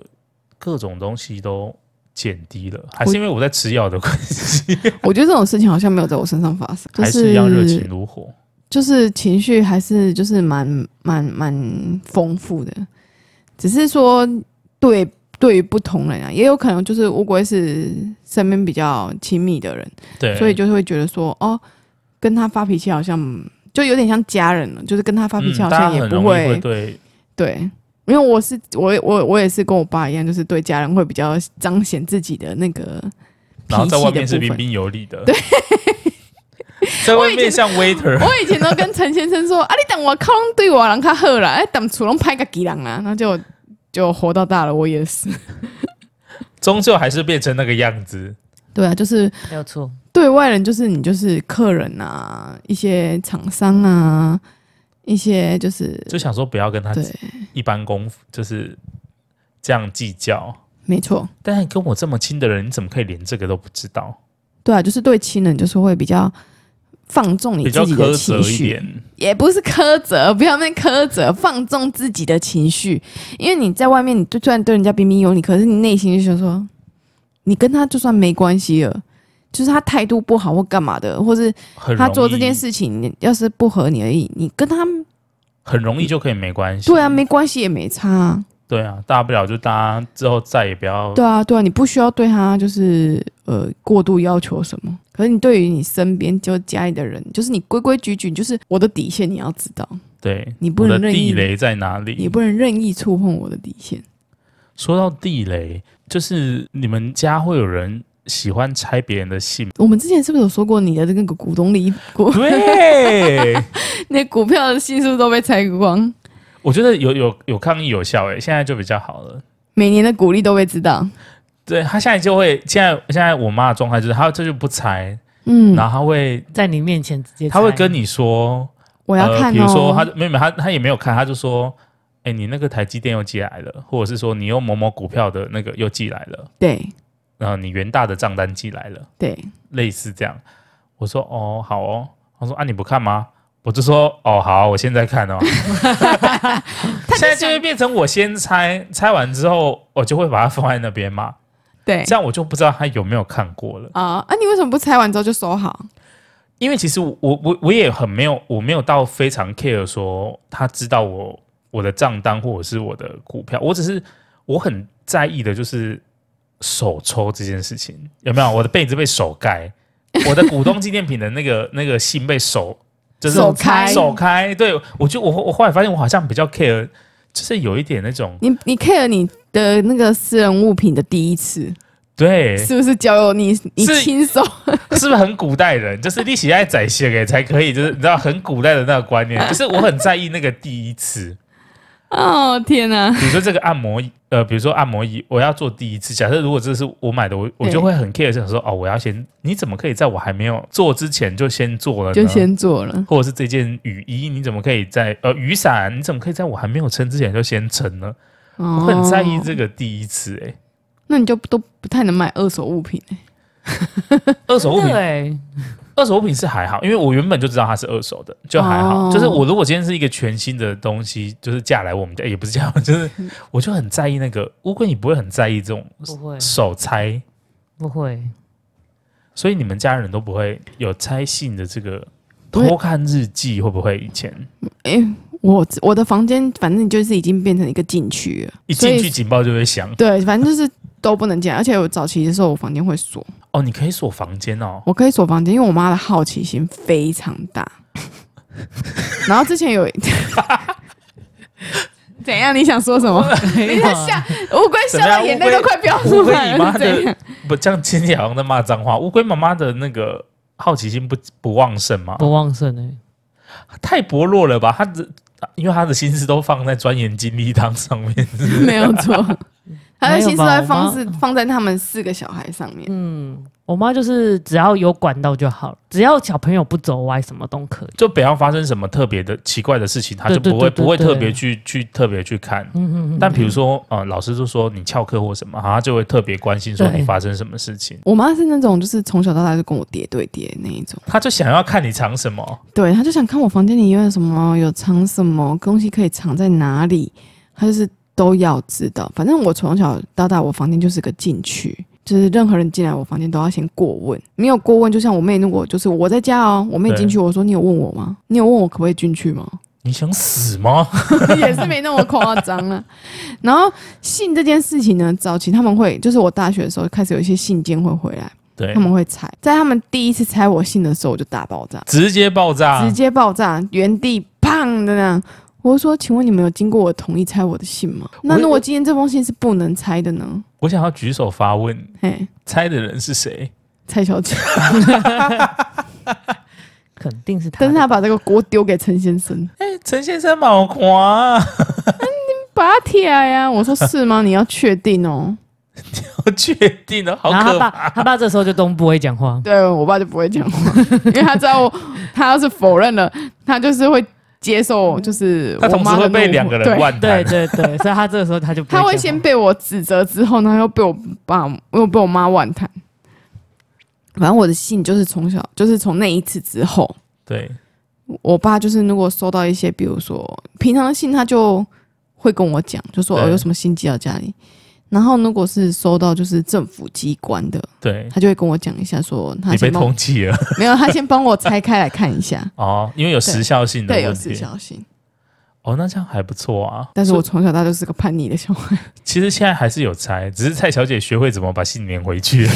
S1: 各种东西都减低了，还是因为我在吃药的关系，
S3: 我觉得这种事情好像没有在我身上发生，就
S1: 还是一样热情如火。
S3: 就是情绪还是就是蛮蛮蛮丰富的，只是说对对于不同人啊，也有可能就是乌龟是身边比较亲密的人，
S1: 对，
S3: 所以就是会觉得说，哦，跟他发脾气好像就有点像家人了，就是跟他发脾气
S1: 嗯
S3: 好
S1: 大家
S3: 像也
S1: 很容
S3: 不
S1: 易
S3: 会,、
S1: 会对
S3: 对，因为我是我我我也是跟我爸一样，就是对家人会比较彰显自己的那个脾
S1: 然后在外
S3: 气的
S1: 面是
S3: 部
S1: 彬
S3: 分。
S1: 彬有礼的，对， 在外面像 waiter，
S3: 我以前都跟陈先生说，啊，你等我靠拢对我人较好啦，哎，等楚龙拍个吉人啊，然后就就活到大了，我也是。
S1: 终究还是变成那个样子。
S3: 对啊，就是
S2: 没有错，
S3: 对外人就是你就是客人啊，一些厂商啊，一些就是
S1: 就想说不要跟他
S3: 对，
S1: 一般功夫，就是这样计较。
S3: 没错。
S1: 但是跟我这么亲的人，你怎么可以连这个都不知道？
S3: 对啊，就是对亲人就是会比较放纵你
S1: 比较
S3: 自己
S1: 苛
S3: 的
S1: 责
S3: 情
S1: 一
S3: 绪，
S1: 点，
S3: 也不是苛责，不要那边苛责，放纵自己的情绪，因为你在外面，你就虽然对人家彬彬有礼，可是你内心就想说，你跟他就算没关系了。就是他态度不好或干嘛的，或是
S1: 很容
S3: 他
S1: 易
S3: 做这件事情你要是不合你而已，你跟他
S1: 很容易就可以没关系。
S3: 对啊没关系也没差、啊，
S1: 对啊，大不了就大家之后再也不要。
S3: 对啊对啊，你不需要对他就是呃过度要求什么。可是你对于你身边就家里的人，就是你规规矩矩，你就是我的底线你要知道。
S1: 对，
S3: 你不
S1: 我
S3: 能
S1: 的
S3: 任
S1: 地
S3: 意
S1: 雷在哪
S3: 也
S1: 里？
S3: 不能任意触碰我的底线。
S1: 说到地雷，就是你们家会有人喜欢拆别人的信 吗
S3: 我们之前是不是有说过你的那个股东离 股，
S1: 对，
S3: 那股票的系数都被拆光，
S1: 我觉得有有有抗议有效诶、现在就比较好了。
S3: 每年的股利都被知道。
S1: 对他现在就会，现在现在我妈的状态就是，她这就不拆，
S3: 嗯，
S1: 然后她会
S2: 在你面前直接
S1: 她会
S2: 猜
S1: 跟你说，
S3: 我要看哦。
S1: 呃，比如说她没有没有她她也没有看，她就说，哎、你那个台积电又寄来了，或者是说你用某某股票的那个又寄来了，呃
S3: 对
S1: 然后你元大的账单寄来了，
S3: 对，
S1: 类似这样。我说哦，好哦。他说啊，你不看吗？我就说哦，好，我现在看哦。现在就会变成我先猜，猜完之后我就会把它放在那边嘛，
S3: 对
S1: 这样我就不知道他有没有看过了。
S3: 啊、啊！你为什么不拆完之后就收好？
S1: 因为其实我我我也很没有，我没有到非常 care 说他知道我我的账单或者是我的股票，我只是我很在意的就是手抽这件事情，有没有？我的被子被手 盖，我的股东纪念品的那个那个信被手就是
S3: 手开
S1: 手开，对我就我我后来发现我好像比较 care，就是有一点那种
S3: 你你 care 你的那个私人物品的第一次
S1: 对，
S3: 是不是交由你你
S1: 是
S3: 亲手？
S1: 是不是很古代人？就是你喜爱宰相给才可以，就是你知道很古代的那个观念，就是我很在意那个第一次。
S3: 哦天哪、
S1: 比如说这个按摩椅，呃，比如说按摩椅，我要做第一次。假设如果这是我买的，我我
S3: 对
S1: 就会很 care，想说哦，我要先，你怎么可以在我还没有做之前就先做了呢？
S3: 就先做了。
S1: 或者是这件雨衣，你怎么可以在呃雨伞，你怎么可以在我还没有撑之前就先撑呢？
S3: 哦
S1: 我很在意这个第一次、欸，
S3: 那你就都不太能买二手物品、欸、
S1: 二手物品
S2: 对，
S1: 二手物品是还好，因为我原本就知道它是二手的，就还好。
S3: 哦
S1: 就是我如果今天是一个全新的东西，就是嫁来我们家，也不是嫁，就是我就很在意那个乌龟，你不会很在意这种
S2: 不会
S1: 手拆，
S2: 不会，
S1: 所以你们家人都不会有拆信的这个
S3: 不会
S1: 偷看日记，会不会以前
S3: 哎，我我的房间反正就是已经变成一个禁区了，
S1: 一
S3: 所
S1: 进
S3: 以
S1: 去警报就会响？
S3: 对，反正就是都不能进来。而且我早期的时候，我房间会锁，
S1: 哦，你可以锁房间 哦，
S3: 我可以锁房间，因为我妈的好奇心非常大。 然后之前 有怎样？你想说什 么？
S2: 没
S3: 你
S2: 有
S3: 在
S2: 啊
S3: 笑，乌龟笑到眼泪都快飙出
S1: 乌龟你
S3: 来了，
S1: 妈
S3: 是怎
S1: 的
S3: 样？
S1: 不这样听起来好像在骂脏话。乌龟妈妈的那个好奇心不不旺盛吗？
S2: 不旺盛哎、
S1: 太薄弱了吧？他的，因为他的心思都放在钻研金立汤上面，
S3: 没有错，她的心思都在
S2: 没有吧
S3: 放
S2: 我
S3: 是放在他们四个小孩上面。
S2: 嗯，我妈就是只要有管道就好了，只要小朋友不走歪，什么都可以。
S1: 就不要发生什么特别的奇怪的事情，他就
S2: 对对
S1: 不会
S2: 对对
S1: 不会
S2: 对
S1: 特别去去特别去看。
S2: 嗯嗯嗯，
S1: 但比如说，呃，老师就说你翘课或什么，他就会特别关心说
S2: 对
S1: 你发生什么事情，
S3: 我妈是那种就是从小到大就跟我叠对叠的那一种，
S1: 他就想要看你藏什么。
S3: 对，她就想看我房间里有什么，有藏什么东西可以藏在哪里，她就是都要知道。反正我从小到大，我房间就是个禁区，就是任何人进来我房间都要先过问，没有过问，就像我妹如果就是我在家哦，我妹进去，我说你有问我吗？ 你有问我可不可以进去吗？
S1: 你想死吗？
S3: 也是没那么夸张了。然后信这件事情呢，早期他们会就是我大学的时候开始有一些信件会回来。
S1: 对
S3: 他，们会猜，在他们第一次猜我信的时候，我就大爆炸，
S1: 直接爆炸
S3: 直。接爆炸，原地砰的那样。我就说，请问你们有经过我同意猜我的信吗？那如果今天这封信是不能猜的呢？
S1: 我想要举手发问，
S3: 嘿，
S1: 猜的人是谁？
S3: 蔡小 姐，
S2: 肯定是她
S3: 但
S2: 的。
S3: 是他把这个锅丢给陈先 生，
S1: 哎，陈先生蛮狂、啊，
S3: 把他铁呀、我说是吗？你要确定哦。
S1: 我确定了，好
S2: 然后他
S1: 可
S2: 爸，
S1: 怕。
S2: 他爸这时候就都不会讲 话，
S3: 对我爸就不会讲 话，因为他知道我，他要是否认了，他就是会接受，就是
S1: 他
S3: 我
S1: 同时
S3: 妈的
S1: 会被
S3: 怒
S1: 两个人
S3: 对
S1: 万
S2: 对
S1: 谈。
S2: 对对，所以他这个时候他就不
S3: 他
S2: 会
S3: 会
S2: 讲
S3: 先
S2: 话
S3: 被我指责，之后呢又被我爸又被我妈万谈。反正我的信就是从小就是从那一次之后，
S1: 对，
S3: 我爸就是如果收到一些，比如说平常的信，他就会跟我讲，就说
S1: 对
S3: 哦有什么信寄到家里。然后如果是收到就是政府机关的，
S1: 对，
S3: 他就会跟我讲一下说他
S1: 你被
S3: 先帮我
S1: 通缉了
S3: 没有，他先帮我拆开来看一下，
S1: 哦，因为有时效性的
S3: 对，有
S1: 问
S3: 时
S1: 题。
S3: 效性。
S1: 哦，那这样还不错啊。
S3: 但是我
S1: 所
S3: 从小到大就是个叛逆的小孩，
S1: 以其实现在还是有猜，只是蔡小姐学会怎么把信粘回去，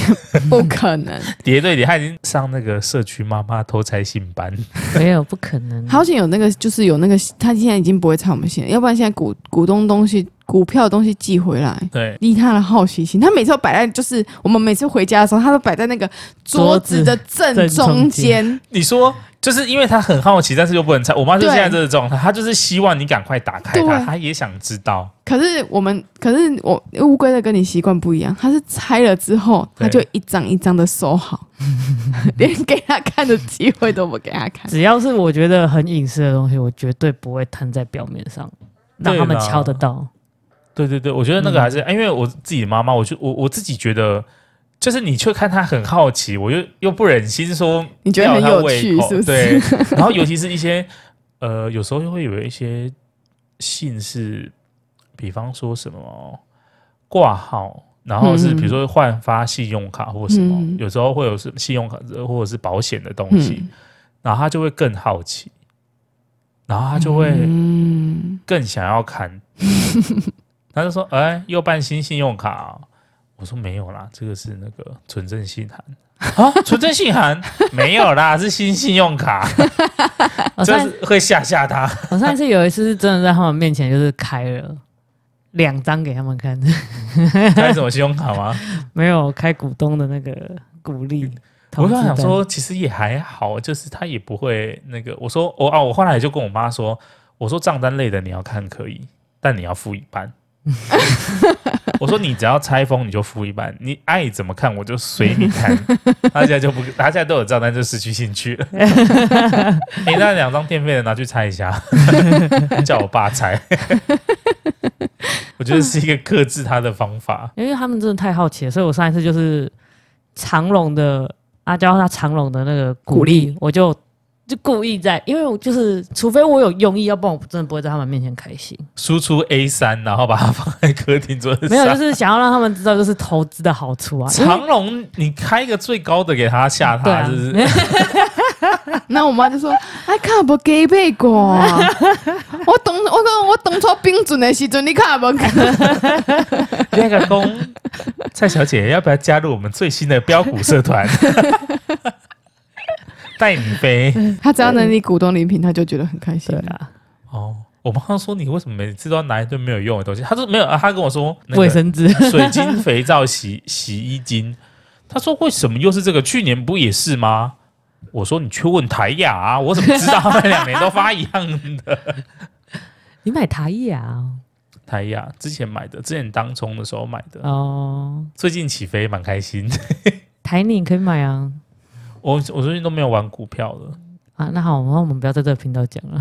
S3: 不可能。
S1: 叠对叠，她已经上那个社区妈妈偷拆信班。
S2: 没有不可能。
S3: 好险有那个，就是有那个，他现在已经不会拆我们线，要不然现在股股东东西、股票的东西寄回来，
S1: 对，
S3: 以他的好奇心，他每次都摆在，就是我们每次回家的时候，他都摆在那个桌子的正
S2: 正
S3: 中
S2: 中
S3: 间
S2: 间。
S1: 你说就是因为她很好奇，但是又不能猜。我妈就
S3: 对
S1: 现在这个状态，她就是希望你赶快打开它，
S3: 对
S1: 她也想知道。
S3: 可是我们，可是我乌龟的跟你习惯不一样，它是拆了之后，
S1: 对
S3: 它就一张一张的收好， 连给他看的机会都不给他看。
S2: 只要是我觉得很隐私的东西，我绝对不会摊在表面上，让
S1: 对
S2: 他们
S1: 啦
S2: 敲得到。
S3: 嗯
S1: 哎对对对，我觉得那个还是、因为我自己的妈妈，我就我我自己觉得，就是你却看他很好奇，我又又不忍心说
S3: 你觉得很有趣
S1: 吊他胃口
S3: 是不是
S1: 对，然后尤其是一些呃，有时候会有一些信是，比方说什么挂号，然后是
S3: 嗯
S1: 比如说换发信用卡或什么，
S3: 嗯
S1: 有时候会有什么信用卡或者是保险的东西，
S3: 嗯
S1: 然后他就会更好奇，然后他就会。
S3: 嗯，
S1: 更想要看。他就说：“哎、又办新信用卡哦、我说：“没有啦，这个是那个纯正信函啊，纯正信函 没有啦，是新信用卡，
S2: 我
S1: 就
S2: 上
S1: 是会吓吓他。
S2: 我上一次有一次是真的在他们面前就是开了两张给他们看，
S1: 开什么信用卡吗？
S2: 没有开股东的那个鼓励。
S1: 嗯我
S2: 通
S1: 就
S2: 知
S1: 想
S2: 单
S1: 说，其实也还好，就是他也不会那个。我说我啊，我后来就跟我妈说，我说账单类的你要看可以，但你要付一 半。我说你只要拆封你就付一半，你爱怎么看我就随你 看。大家就不，大家都有账单就失去兴趣了。你、那两张电费的拿去拆一下， 叫我爸拆。我觉得是一个克制他的方法。
S2: 因为他们真的太好奇了，所以我上一次就是长隆的阿娇他长隆的那个鼓
S3: 鼓
S2: 励
S3: 励，
S2: 我就就故意在，因为我就是除非我有用意，要不然我真的不会在他们面前开心。
S1: 输出 A 三，然后把它放在客厅桌子上。
S2: 没有，就是想要让他们知道就是投资的好处啊。因为
S1: 长隆，你开一个最高的给他吓
S2: 对
S1: 他，
S2: 啊
S1: 是不是？
S3: 那我妈就说：“哎，看不给背 过，我懂，我讲我懂错冰准的时阵，你看不 看？
S1: 那个哎公蔡小姐要不要加入我们最新的标股社 团？带你飞
S2: 嗯
S3: 他只要能理股东礼品，他就觉得很开心
S2: 对。啊，
S1: 哦！我妈说你为什么每次都要拿一堆没有用的东西？她说没有，啊她跟我说那
S2: 卫
S1: 个
S2: 生纸
S1: 水晶肥皂、洗洗衣精。她说为什么又是这个？去年不也是吗？我说你去问台雅啊，我怎么知道他们两年都发一 样的？
S2: 你买台雅啊
S1: 台雅之前买的，之前当冲的时候买的，
S2: 哦，
S1: 最近起飞蛮开心。
S2: 台你可以买啊。
S1: 我我最近都没有玩股票了，
S2: 啊，那好，那我们不要在这个频道讲了。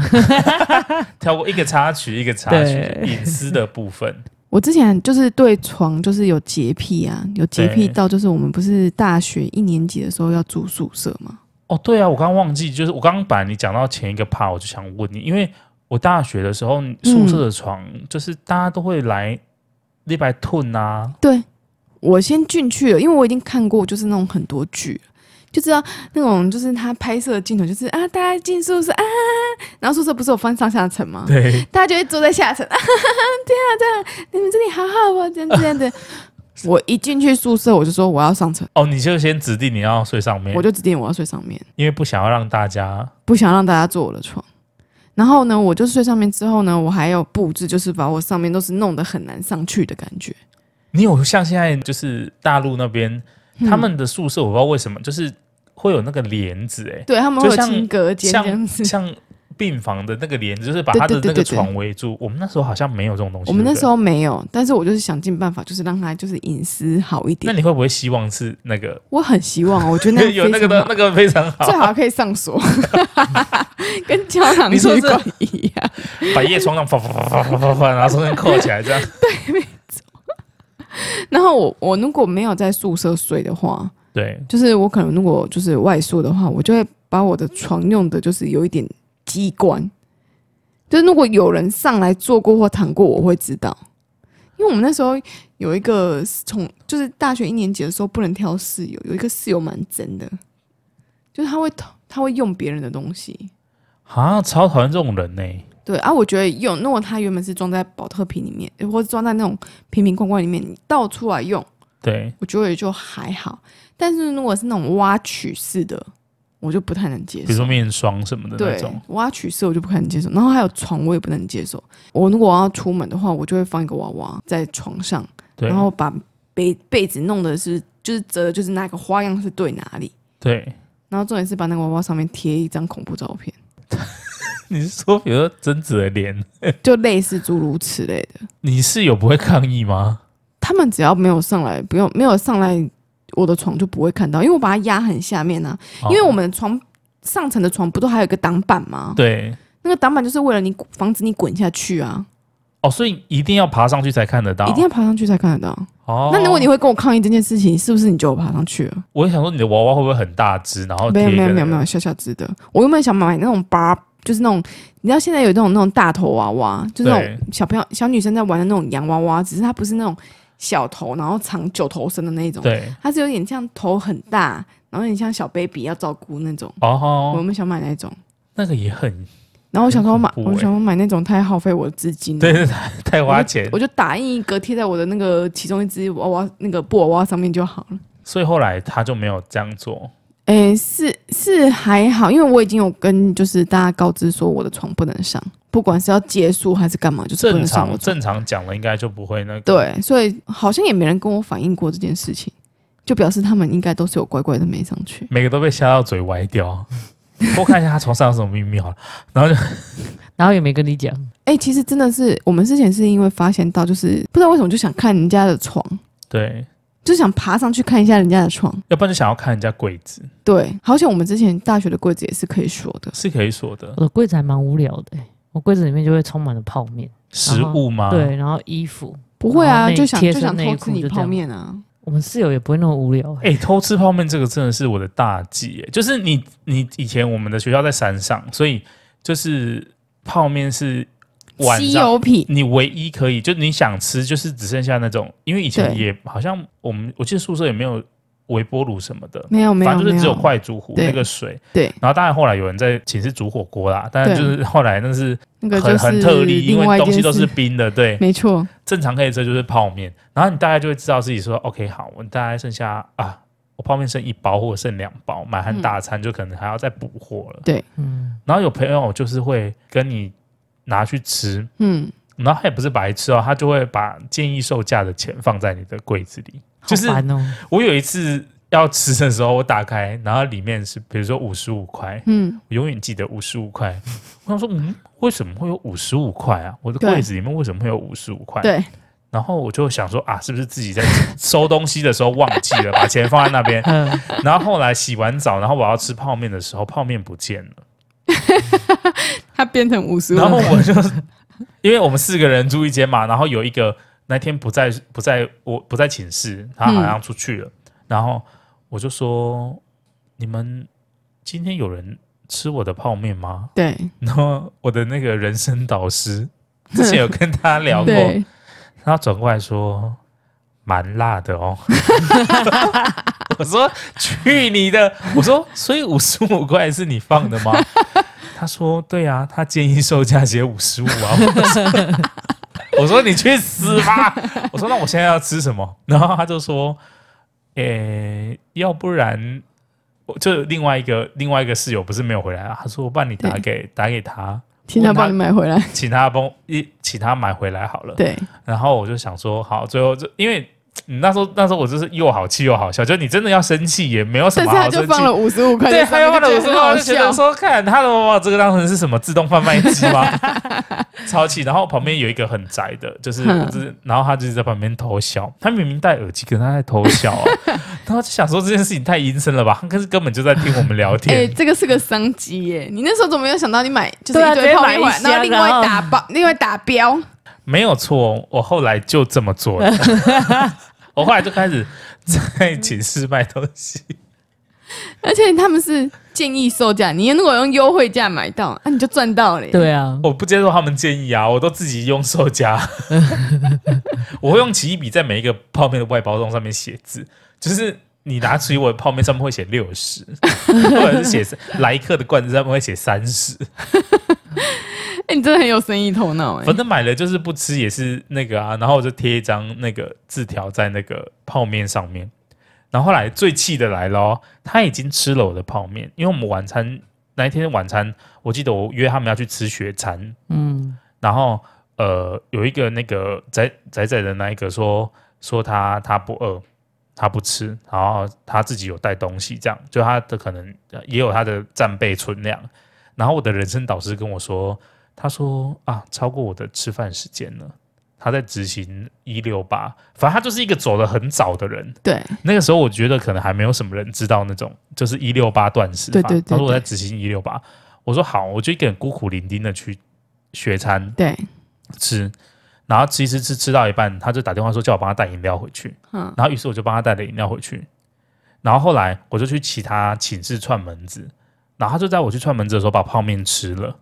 S1: 跳过一个插曲一个插曲，
S2: 对
S1: 隐私的部分。
S3: 我之前就是对床就是有洁癖啊，有洁癖
S1: 对
S3: 到就是我们不是大学一年级的时候要住宿舍嘛，
S1: 哦，对啊，我刚忘记，就是我刚刚把你讲到前一个 part，我就想问你，因为我大学的时候宿舍的床、就是大家都会来礼拜吞啊，
S3: 对，我先进去了，因为我已经看过就是那种很多剧了，就知道那种就是他拍摄的镜头就是啊，大家进宿舍啊，然后宿舍不是有分上下层吗？
S1: 对，
S3: 大家就会坐在下层， 啊，哈哈对啊对啊，你们这里好好哦，这样这样的。 我一进去宿舍，我就说我要上层，
S1: 哦，你就先指定你要睡上面
S3: 我，就指定我要睡上面，
S1: 因为不想要让大家
S3: 不想让大家坐我的床。然后呢，我就睡上面之后呢，我还有布置，就是把我上面都是弄得很难上去的感觉。
S1: 你有像现在就是大陆那边、他们的宿舍，我不知道为什么就是会有那个帘子、欸，
S3: 对他们会有
S1: 就像
S3: 轻隔间这样
S1: 像
S3: 子。
S1: 像病房的那个帘子，就是把他的
S3: 对对
S1: 那
S3: 对
S1: 个
S3: 对对
S1: 床围住。我们那时候好像没有这种东西。
S3: 我们
S1: 对
S3: 那
S1: 不对
S3: 时，候没有，但是我就是想尽办法，就是让他就是隐私好一
S1: 那
S3: 点。
S1: 你会不会希望是那个
S3: 我很希望，我觉得那
S1: 有那个
S3: 非常
S1: 的
S3: 好
S1: 那个非常好
S3: 最，好可以 上锁，跟胶囊
S1: 你说
S3: 旅
S1: 这
S3: 馆一样。
S1: 把夜窗上啪啪啪啪啪啪，然后中间扣起来这样。
S3: 然后我我如果没有在宿舍睡的话，
S1: 对，
S3: 就是我可能如果就是外宿的话，我就会把我的床用的就是有一点机关，就是如果有人上来坐过或躺过，我会知道。因为我们那时候有一个从就是大学一年级的时候不能挑室友，有一个室友蛮真的，就是他会偷他会用别人的东西。
S1: 啊，超讨厌这种人呢、
S3: 对啊，我觉得用，如果他原本是装在保特瓶里面，或者装在那种瓶瓶罐罐里面，你倒出来用，
S1: 对，
S3: 我觉得也就还好。但是如果是那种挖取式的，我就不太能接
S1: 比如
S3: 受
S1: 说。面霜什么的那
S3: 对
S1: 种。，
S3: 挖取式我就不太能接受。然后还有床，我也不能接受。我如果要出门的话，我就会放一个娃娃在床上，
S1: 对
S3: 然后把被被子弄的是就是折，就是那个花样是对哪里。
S1: 对，
S3: 然后重点是把那个娃娃上面贴一张恐怖照片，
S1: 你是说比如说贞子的脸，
S3: 就类似诸如此类的。
S1: 你室友不会抗议吗？
S3: 他们只要没有上来，不用没有上来我的床就不会看到，因为我把它压很下面啊。
S1: 哦
S3: 因为我们的床上层的床不都还有一个挡板吗？
S1: 对
S3: 那个挡板就是为了你滚防止你滚下去啊。
S1: 哦，所以一定要爬上去才看得到。
S3: 一定要爬上去才看得到。
S1: 哦，
S3: 那如果你会跟我抗议这件事情，是不是你就有爬上去了？
S1: 我想说你的娃娃会不会很大只，然后
S3: 没有
S1: 哦贴一
S3: 没
S1: 个
S3: 有没有
S1: 那
S3: 没
S1: 个
S3: 有，小小只的。我原本想买那种芭，就是那种你知道现在有那种那种大头娃娃，就是那种
S1: 对
S3: 小朋友小女生在玩的那种洋娃娃，只是它不是那种小头，然后长九头身的那一种，
S1: 对，哦
S3: 它是有点像头很大，然后有点像小 baby 要照顾那种。我
S1: 哦，
S3: 原本想买那种，
S1: 那个也
S3: 嗯
S1: 很
S3: 然后我想说买，
S1: 很恐
S3: 我
S1: 怖欸
S3: 想说买那种太耗费我的资金了。
S1: 对， 对对太花钱，
S3: 我就打印一个贴在我的那个其中一只娃娃那个布娃娃上面就好了。
S1: 所以后来他就没有这样做。
S3: 诶，是是还好，因为我已经有跟就是大家告知说我的床不能上，不管是要结束还是干嘛，就是不
S1: 正
S3: 能上我
S1: 常
S3: 床。
S1: 正常讲了，应该就不会那个。
S3: 对，所以好像也没人跟我反映过这件事情，就表示他们应该都是有乖乖的没上去。
S1: 每个都被吓到嘴歪 掉。我看一下他床上有什么秘密好了，然后就
S2: 然后也没跟你讲，
S3: 诶，其实真的是我们之前是因为发现到，就是不知道为什么就想看人家的床，
S1: 对，
S3: 就想爬上去看一下人家的床。
S1: 要不然就想要看人家柜子，
S3: 对，好像我们之前大学的柜子也是可以说的。
S1: 是可以锁的
S2: 我的柜子还蛮无聊的、欸我柜子里面就会充满了泡面，
S1: 食物
S3: 啊
S1: 吗？
S2: 对，然后衣服。
S3: 不会
S2: 然后
S3: 啊，
S2: 内
S3: 就想
S2: 贴
S3: 就
S2: 身
S3: 想
S2: 内
S3: 偷
S2: 裤
S3: 吃你
S2: 就这样
S3: 泡面啊。
S2: 我们室友也不会那么无聊、欸
S1: 哎、偷吃泡面这个真的是我的大忌、欸，就是你你以前我们的学校在山上，所以就是泡面是晚
S3: 稀
S1: 上
S3: 有品，
S1: 你唯一可以，就你想吃，就是只剩下那种，因为以前
S3: 对
S1: 也好像我们我记得宿舍也没有微波炉什么的，
S3: 没有没有，
S1: 反正就是
S3: 没
S1: 只有
S3: 有
S1: 快煮壶
S3: 对
S1: 那个水。
S3: 对
S1: 然后当然后来有人在寝室煮火锅啦，但是
S3: 对
S1: 就是后来那是
S3: 那个
S1: 很、
S3: 就是
S1: 很特例，因
S3: 另外
S1: 为
S3: 一
S1: 东西
S3: 件
S1: 都是
S3: 事，
S1: 冰的，对，
S3: 没错，
S1: 正常可以吃就是泡面。然后你大概就会知道自己说，OK，好，我大概剩下啊，我泡面剩一包或者剩两包，满
S3: 嗯
S1: 汉大餐就可能还要再补货了。
S2: 嗯，
S1: 然后有朋友就是会跟你拿去吃，
S3: 嗯，
S1: 然后他也不是白吃哦，他就会把建议售价的钱放在你的柜子里。就是
S2: 好烦哦、
S1: 我有一次要吃的时候，我打开，然后里面是比如说五十五块，
S3: 嗯，
S1: 我永远记得五十五块。我想说，嗯，为什么会有五十五块啊？我的
S3: 对
S1: 柜子里面为什么会有五十五块？
S3: 对，
S1: 然后我就想说啊，是不是自己在收东西的时候忘记了，把钱放在那边？
S2: 嗯，
S1: 然后后来洗完澡，然后我要吃泡面的时候，泡面不见了。
S3: 它变成五十
S1: 然后我就， 因为我们四个人住一间嘛，然后有一个那天不在不在我不在寝室，他好像出去了。然后我就说，你们今天有人吃我的泡面吗？
S3: 对
S1: 然后我的那个人生导师之前有跟他聊过，
S3: 对，
S1: 他转过来说蛮辣的哦。我说去你的！我说所以五十五块是你放的吗？他说对啊，他建议售价写五十五啊。我说我说你去死吧！我说那我现在要吃什么？然后他就说，诶、要不然我就另外一个另外一个室友不是没有回来啊？他说不然你打给打给他，
S3: 请他帮你买回来，
S1: 请他帮我一请他买回来好了。
S3: 对
S1: 然后我就想说，好，最后就因为你那时候那时候我就是又好气又好笑，就你真的要生气也没有什
S3: 但
S1: 么
S3: 是
S1: 好
S3: 他
S1: 生气。
S3: 就放了五十五块
S1: 对，
S3: 在上
S1: 还有
S3: 面，
S1: 放了我
S3: 就觉得很
S1: 说，就觉得
S3: 好笑，
S1: 说，看他的妈妈这个当成是什么自动贩卖机 吗？超气！然后旁边有一个很宅的，就是
S3: 嗯
S1: 就是，然后他就是在旁边偷笑，他明明戴耳机，可是他在偷笑 啊。然后就想说这件事情太阴森了吧？他可是根本就在听我们聊
S3: 哎，
S1: 天。
S3: 这个是个商机耶！你那时候怎么没有想到你买就是
S2: 对啊
S3: 一堆泡面回
S2: 直接买一
S3: 来，
S2: 箱
S3: 然后另外打包，另外打标，
S1: 没有错，我后来就这么做 了。我后来就开始在寝室卖东西。
S3: 而且他们是建议售价，你如果用优惠价买到，那你就赚到了耶。
S2: 对啊，
S1: 我不接受他们建议啊，我都自己用售价，我会用奇异笔在每一个泡面的外包装上面写字，就是你拿起我的泡面上面会写六十，或者是写来客的罐子上面会写三十，
S3: 哎，你真的很有生意头脑哎
S1: 反。正买了就是不吃也是那个啊，然后我就贴一张那个字条在那个泡面上面，然后后来最气的来了哦，他已经吃了我的泡面，因为我们晚餐那一天晚餐，我记得我约他们要去吃雪餐，
S2: 嗯，
S1: 然后呃，有一个那个仔仔仔的那一个说说他他不饿，他不吃，然后他自己有带东西，这样就他的可能呃也有他的战备存量。然后我的人生导师跟我说，他说啊，超过我的吃饭时间了。他在执行一六八，反正他就是一个走得很早的人。
S3: 对，
S1: 那个时候我觉得可能还没有什么人知道那种就是一六八断食法。
S3: 对对对
S1: 他说我在
S3: 对
S1: 执行一六八，我说好，我就一个人孤苦伶仃的去学餐，
S3: 对，
S1: 吃，然后其实吃吃到一半，他就打电话说叫我帮他带饮料回去，
S3: 嗯
S1: 然后于是我就帮他带了饮料回去。然后后来我就去其他寝室串门子，然后他就在我去串门子的时候把泡面吃了，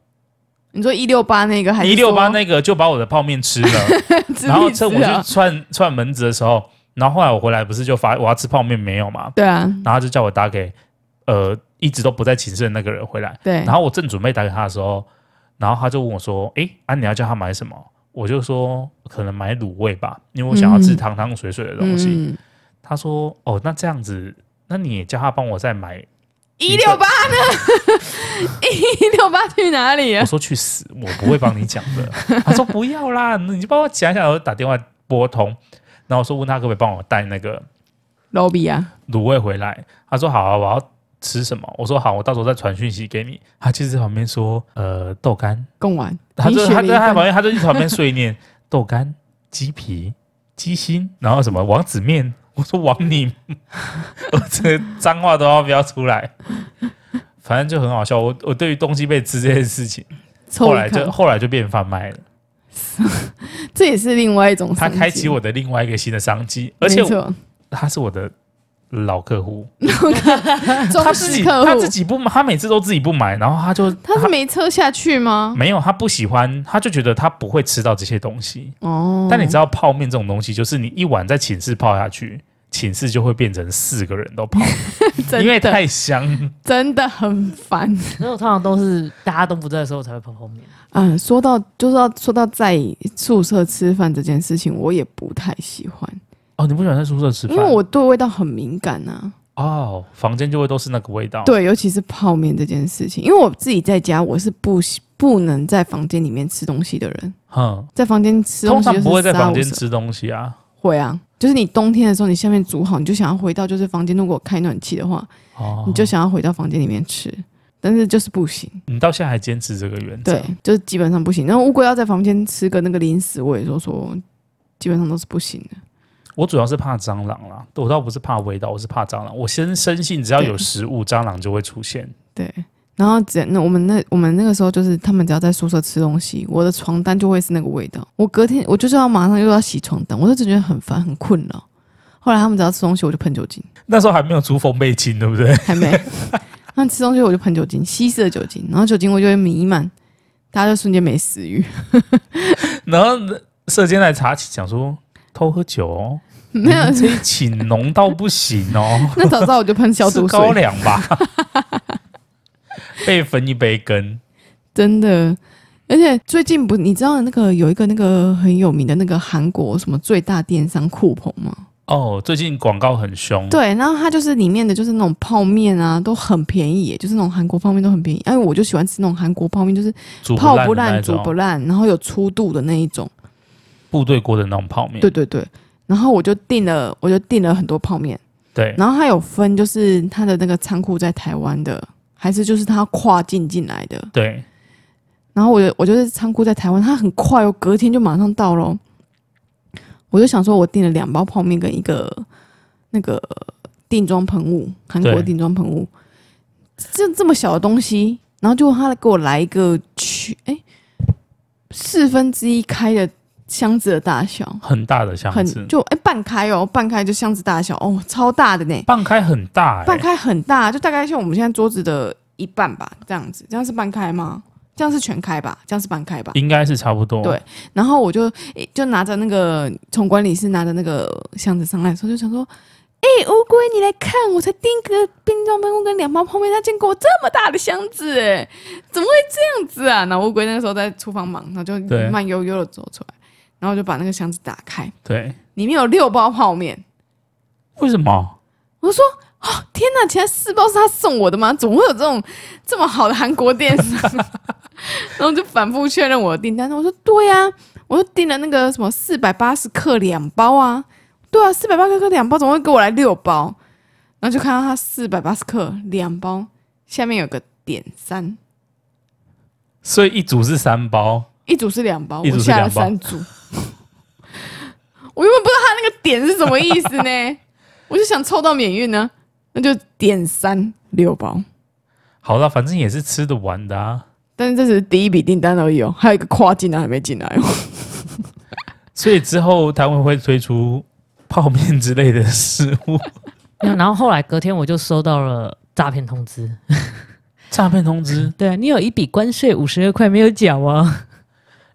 S3: 你说一六八那个还是
S1: 一六八
S3: 说
S1: 那个就把我的泡面吃了，
S3: 自
S1: 然后
S3: 闭
S1: 趁我
S3: 症啊
S1: 去串串门子的时候，然后后来我回来不是就发我要吃泡面没有嘛，
S3: 对啊，
S1: 然后他就叫我打给呃一直都不在寝室的那个人回来，
S3: 对，
S1: 然后我正准备打给他的时候，然后他就问我说：“诶，啊你要叫他买什么？”我就说可能买卤味吧，因为我想要吃
S3: 嗯
S1: 汤汤水水的东西。
S3: 嗯，
S1: 他说：“哦，那这样子，那你也叫他帮我再买。
S3: 一六八呢？ 一六八去哪里”
S1: 我
S3: 啊？
S1: 说：“去死，我不会帮你讲的。” 他说：“不要啦，你就帮我讲一下。”我就打电话拨通，然后我说问他可不可以帮我带那个
S3: 罗比啊，
S1: 卤味回来。他说：“好啊，我要吃什么？”我说：“好，我到时候再传讯息给你。”他就在旁边说：“呃，豆干。”
S3: 贡丸，
S1: 他
S3: 你
S1: 就
S3: 选
S1: 他
S3: 了
S1: 就
S3: 一
S1: 在他
S3: 份
S1: 旁边，他就一直旁边碎 念豆干、鸡皮、鸡心，然后什么王子面。我说王你，我这个脏话都要飙出来，反正就很好笑。我我对于东西被吃这件事情，
S3: 凑一
S1: 后来就
S3: 口
S1: 后来就变贩卖了。
S3: 这也是另外一种商
S1: 他
S3: 机，
S1: 开启我的另外一个新的商机，而且
S3: 没错
S1: 他是我的老客户，他
S3: 忠
S1: 自己
S3: 实客户
S1: 他自，己不买，他每次都自己不买，然后他就
S3: 他是没车下去吗？
S1: 没有他不喜欢，他就觉得他不会吃到这些东西。
S3: 哦，
S1: 但你知道泡面这种东西，就是你一碗在寝室泡下去，寝室就会变成四个人都泡，
S3: 真的
S1: 因为太香。
S3: 真的很烦。
S2: 所以我通常都是大家都不在的时候我才会泡泡面。
S3: 嗯，说到就是要说到在宿舍吃饭这件事情，我也不太喜欢，
S1: 哦，你不喜欢在宿舍吃
S3: 因
S1: 饭？
S3: 为我对味道很敏感啊。
S1: 哦，房间就会都是那个味道。，
S3: 对，尤其是泡面这件事情，因为我自己在家，我是不喜不能在房间里面吃东西的人，
S1: 哼，
S3: 在房间吃
S1: 通
S3: 东西
S1: 常
S3: 就是
S1: 不会在
S3: 杀
S1: 房
S3: 无
S1: 间
S3: 赦
S1: 吃东西啊。
S3: 会啊，就是你冬天的时候，你下面煮好，你就想要回到就是房间，如果开暖气的话，
S1: 哦，
S3: 你就想要回到房间里面吃，但是就是不行，
S1: 你到现在还坚持这个原则
S3: 对，，就是基本上不行。然后乌龟要在房间吃个那个零食，我也说说，基本上都是不行的。
S1: 我主要是怕蟑螂啦，我倒不是怕味道，我是怕蟑螂。我先深信，只要有
S3: 对
S1: 食物，蟑螂就会出现。
S3: 对，然后只那我们那我们那个时候就是他们只要在宿舍吃东西，我的床单就会是那个味道。我隔天我就是要马上又要洗床单，我就只觉得很烦很困扰。后来他们只要吃东西，我就喷酒精，
S1: 那时候还没有出风倍清，对不对？
S3: 还没。他们吃东西我就喷酒精，稀释的酒精，然后酒精味就会弥漫，大家就瞬间没食欲。
S1: 然后射箭来查起，想说偷喝酒哦，
S3: 没有，
S1: 这一起浓到不行哦。
S3: 那早知道我就喷消毒
S1: 是高
S3: 水，
S1: 粱吧， 被分一杯羹。
S3: 真的。而且最近不，你知道那个有一个那个很有名的那个韩国什么最大电商酷鹏吗？
S1: 哦，最近广告很凶，
S3: 对，然后它就是里面的就是那种泡面啊，都很便宜耶，就是那种韩国泡面都很便宜。哎，我就喜欢吃那种韩国泡面，就是
S1: 煮
S3: 泡
S1: 不
S3: 不
S1: 烂的那
S3: 烂、
S1: 种
S3: 煮不烂，然后有粗度的那一种。
S1: 部队锅的那种泡面。
S3: 对对对。然后我就订了，我就订了很多泡面。
S1: 对
S3: 然后它有分，就是它的那个仓库在台湾的，还是就是它跨境进来的。
S1: 对，
S3: 然后我就我就是仓库在台湾，它很快哦，隔天就马上到咯。我就想说，我订了两包泡面跟一个那个定妆喷雾，韩国
S1: 对
S3: 定妆喷雾，这这么小的东西，然后结果他给我来一个去哎四分之一开的箱子的大小，
S1: 很大的箱
S3: 很
S1: 子，
S3: 就哎半开哦，半开就箱子大小哦，超大的呢，
S1: 半开很大、
S3: 半
S1: 欸，
S3: 开很大，就大概像我们现在桌子的一半吧，这样子，这样是半开吗？这样是全开吧？这样是半开吧？
S1: 应该是差不多。
S3: 对然后我就诶就拿着那个从管理室拿着那个箱子上来的时候，就想说：“哎、乌龟，你来看，我才订个冰装喷雾跟两包泡面，他竟然给我这么大的箱子，哎，怎么会这样子啊？”然后乌龟那个时候在厨房忙，然后就
S1: 对
S3: 慢悠悠的走出来，然后就把那个箱子打开，
S1: 对，
S3: 里面有六包泡面。
S1: 为什么？
S3: 我就说：“哦，天哪，前四包是他送我的吗？怎么会有这种这么好的韩国电商？” 然后就反复确认我的订单。我说：“对啊，我就订了那个什么四百八十克两包啊，对啊，四百八十克两包，怎么会给我来六包？”然后就看到他四百八十克两包，下面有个点三，
S1: 所以一组是三包，
S3: 一组是两包，
S1: 一组
S3: 我
S1: 是
S3: 下了
S1: 两包
S3: 三组。我原本不知道他那个点是什么意思呢，我就想凑到免运呢，那就点三六包。
S1: 好了，反正也是吃得完的啊。
S3: 但是这只是第一笔订单而已哦，还有一个跨境的还没进来哦。
S1: 所以之后他们会推出泡面之类的食 物。
S2: 没有然后后来隔天我就收到了诈骗通知，
S1: 诈骗通知、
S2: 对啊你有一笔关税五十二块没有缴啊。
S1: 诶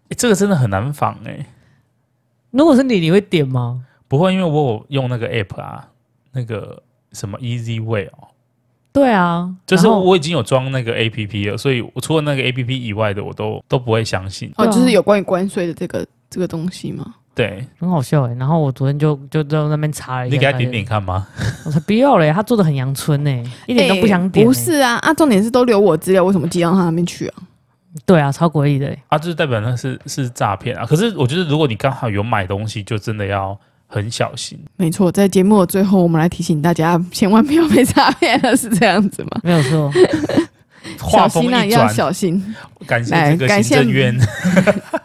S1: 欸这个真的很难防哎、
S2: 如果是你，你会点吗？
S1: 不会，因为我有用那个 app 啊，那个什么 Easy Way 哦，
S2: 对啊，
S1: 就是
S2: 然后
S1: 我已经有装那个 app 了，所以我除了那个 app 以外的，我都都不会相信。
S3: 哦，
S2: 对啊
S3: 就是有关于关税的这个这个东西吗？
S1: 对，
S2: 很好笑哎、然后我昨天就就在那边查了一下，
S1: 你给他点点，看吗？
S2: 我说不要嘞、他做的很阳春哎、一点都不想点、
S3: 欸不，是啊啊，重点是都留我资料，为什么寄到他那边去啊？
S2: 对啊，超诡异的、欸，
S1: 啊，就是代表那是是诈骗啊。可是我觉得，如果你刚好有买东西，就真的要很小心。
S3: 没错，在节目的最后，我们来提醒大家，千万不要被诈骗了，是这样子 吗？
S2: 没有错。
S1: 话
S3: 小
S1: 锋
S3: 心啊，
S1: 一
S3: 要
S1: 转，
S3: 小心。
S1: 感谢
S3: 来
S1: 这个
S3: 感
S1: 行
S3: 谢
S1: 政院，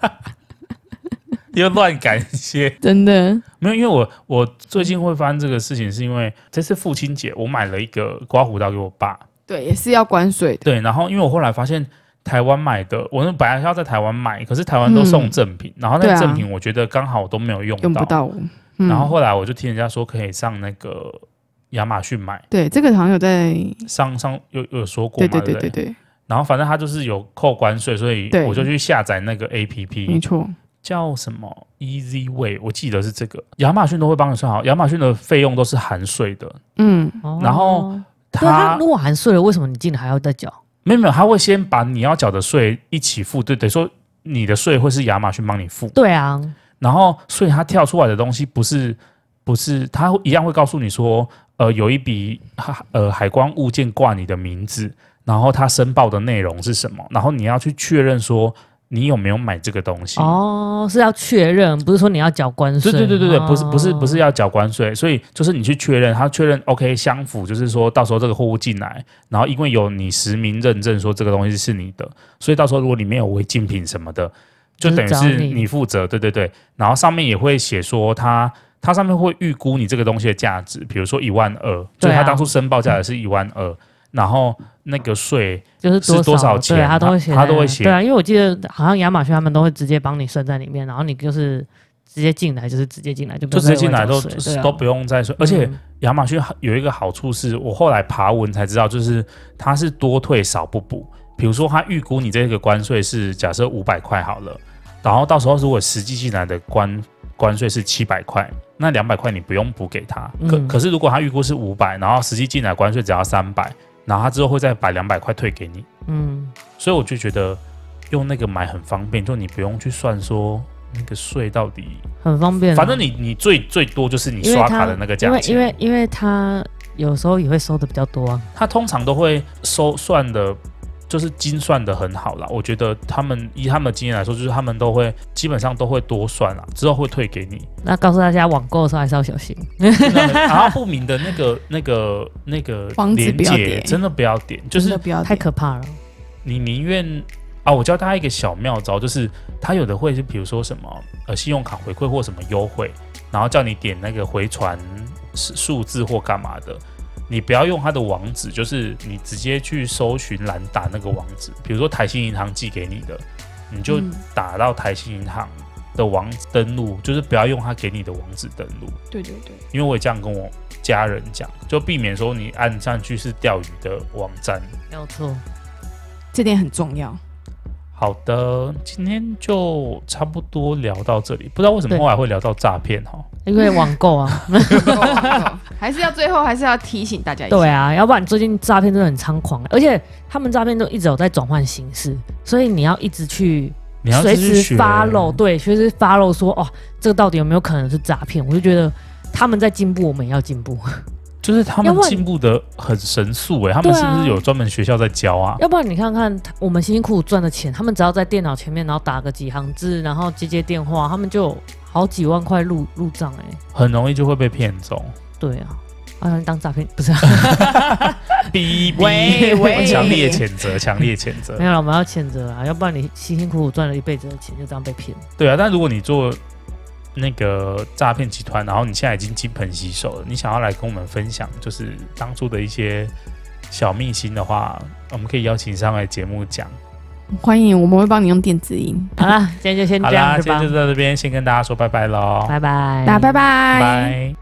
S1: 又乱感谢。
S3: 真的，
S1: 没有，因为我我最近会发生这个事情，是因为这次父亲节，我买了一个刮胡刀给我爸。
S3: 对，也是要关税的。
S1: 对，然后因为我后来发现台湾买的，我那本来是要在台湾买，可是台湾都送赠品，然后那
S3: 对
S1: 个
S3: 啊
S1: 赠品我觉得刚好都没有用到。
S3: 用不到我。嗯
S1: 然后后来我就听人家说可以上那个亚马逊买，
S3: 对这个好像有在，
S1: 上上有有说过
S3: 对
S1: 嘛，
S3: 对
S1: 不
S3: 对对对，
S1: 然后反正它就是有扣关税，所以
S3: 对
S1: 我就去下载那个
S3: 没
S1: APP，
S3: 错。
S1: 叫什么 Easy Way，我记得是这个。亚马逊都会帮你算好，亚马逊的费用都是含税的。
S3: 嗯，
S2: 哦
S1: 然后
S2: 对啊
S1: 它
S2: 他如果含税了，为什么你进来还要再缴？
S1: 没有没有，他会先把你要缴的税一起付，对，等于说你的税会是亚马逊帮你付。
S2: 对啊，
S1: 然后所以它跳出来的东西不是不是，它一样会告诉你说，呃，有一笔呃海关物件挂你的名字，然后它申报的内容是什么，然后你要去确认说你有没有买这个东西。
S2: 哦，是要确认，不是说你要缴关税。哦
S1: 对对对对对，不是不是不是
S2: 要
S1: 要缴关税，所以就是你去确认，他确认 OK 相符，就是说到时候这个货物进来，然后因为有你实名认证说这个东西是你的，所以到时候如果里面有违禁品什么的，就等于
S2: 就是
S1: 是
S2: 找你
S1: 你负责。对对对，然后上面也会写说它它上面会预估你这个东西的价值，比如说一万二，就
S2: 对啊
S1: 是它当初申报价值是一万二，然后那个税
S2: 就是
S1: 是多少
S2: 少
S1: 钱
S2: 对他都会
S1: 他
S2: 写
S1: 他
S2: 在
S1: 都会
S2: 那
S1: 写
S2: 对啊，因为我记得好像亚马逊他们都会直接帮你算在里面，然后你就是直接进来，就是直接进来就不
S1: 就直接进来
S2: 用
S1: 都
S2: 再缴税对啊
S1: 都不用再说，而且。
S2: 嗯
S1: 亚马逊有一个好处是，我后来爬文才知道，就是它是多退少不补。比如说，它预估你这个关税是假设五百块好了，然后到时候如果实际进来的关关税是七百块，那两百块你不用补给他。可、
S2: 嗯
S1: 可是如果它预估是五百，然后实际进来关税只要三百，然后它之后会再把两百块退给你。
S2: 嗯，
S1: 所以我就觉得用那个买很方便，就你不用去算说那个税到底，
S2: 很方便啊。
S1: 反正你你最最多就是你
S2: 因为
S1: 刷
S2: 他
S1: 卡的那个价
S2: 因为
S1: 钱。
S2: 因为因为他有时候也会收的比较多啊。
S1: 他通常都会收算的，就是精算的很好啦。我觉得他们以他们的经验来说，就是他们都会基本上都会多算啦，之后会退给你。
S2: 那告诉大家，网购的时候还是要小心。
S1: 然后不明的那个那个那个
S3: 网址
S1: 连
S3: 不要
S1: 接
S3: 点
S1: 真的不要点，就
S3: 真的
S1: 是
S3: 不要
S2: 太
S3: 点
S2: 可怕了。
S1: 你宁愿。啊，我教大家一个小妙招，就是他有的会是，比如说什么呃，信用卡回馈或什么优惠，然后叫你点那个回传数数字或干嘛的，你不要用它的网址，就是你直接去搜寻栏打那个网址，比如说台新银行寄给你的，你就
S3: 嗯
S1: 打到台新银行的网址登录，就是不要用他给你的网址登录，
S3: 对对对，
S1: 因为我也这样跟我家人讲，就避免说你按上去是钓鱼的网站。
S2: 没有错，
S3: 这点很重 要。
S1: 好的，今天就差不多聊到这里，不知道为什么
S2: 对
S1: 后来会聊到诈骗哈。
S2: 因为网购 啊，
S3: 哦还是要最后还是要提醒大家一下，
S2: 对啊，要不然最近诈骗真的很猖狂，欸而且他们诈骗都一直有在转换形式，所以你要一直去
S1: 你要
S2: 随
S1: 继续
S2: 时
S1: 学
S2: follow，对，随时 follow 说哦，这个到底有没有可能是诈骗？我就觉得他们在进步，我们也要进步，
S1: 就是他们
S2: 要不然
S1: 进步的很神速哎、他们
S2: 对
S1: 是
S2: 啊
S1: 不是有专门学校在教啊？
S2: 要不然你看看他我们辛辛苦苦赚的钱，他们只要在电脑前面，然后打个几行字，然后接接电话，他们就有好几万块入入账哎、
S1: 很容易就会被骗 走。
S2: 对啊，好像当诈骗不是、啊。
S1: 哔
S3: 喂喂
S1: 强烈谴责，强烈谴责
S2: 没。有了，我们要谴责啊，要不然你辛辛苦苦赚了一辈子的钱就这样被 骗。
S1: 对啊，但如果你做那个诈骗集团，然后你现在已经金盆洗手了，你想要来跟我们分享，就是当初的一些小秘辛的话，我们可以邀请上来节目讲。
S3: 欢迎，我们会帮你用电子音。
S2: 好啦，今天就先
S1: 好
S2: 这样
S1: 啦，
S2: 子
S1: 今天
S2: 吧
S1: 就，到这边，先跟大家说拜拜喽，
S2: 拜拜，
S3: 大家拜拜
S1: 拜。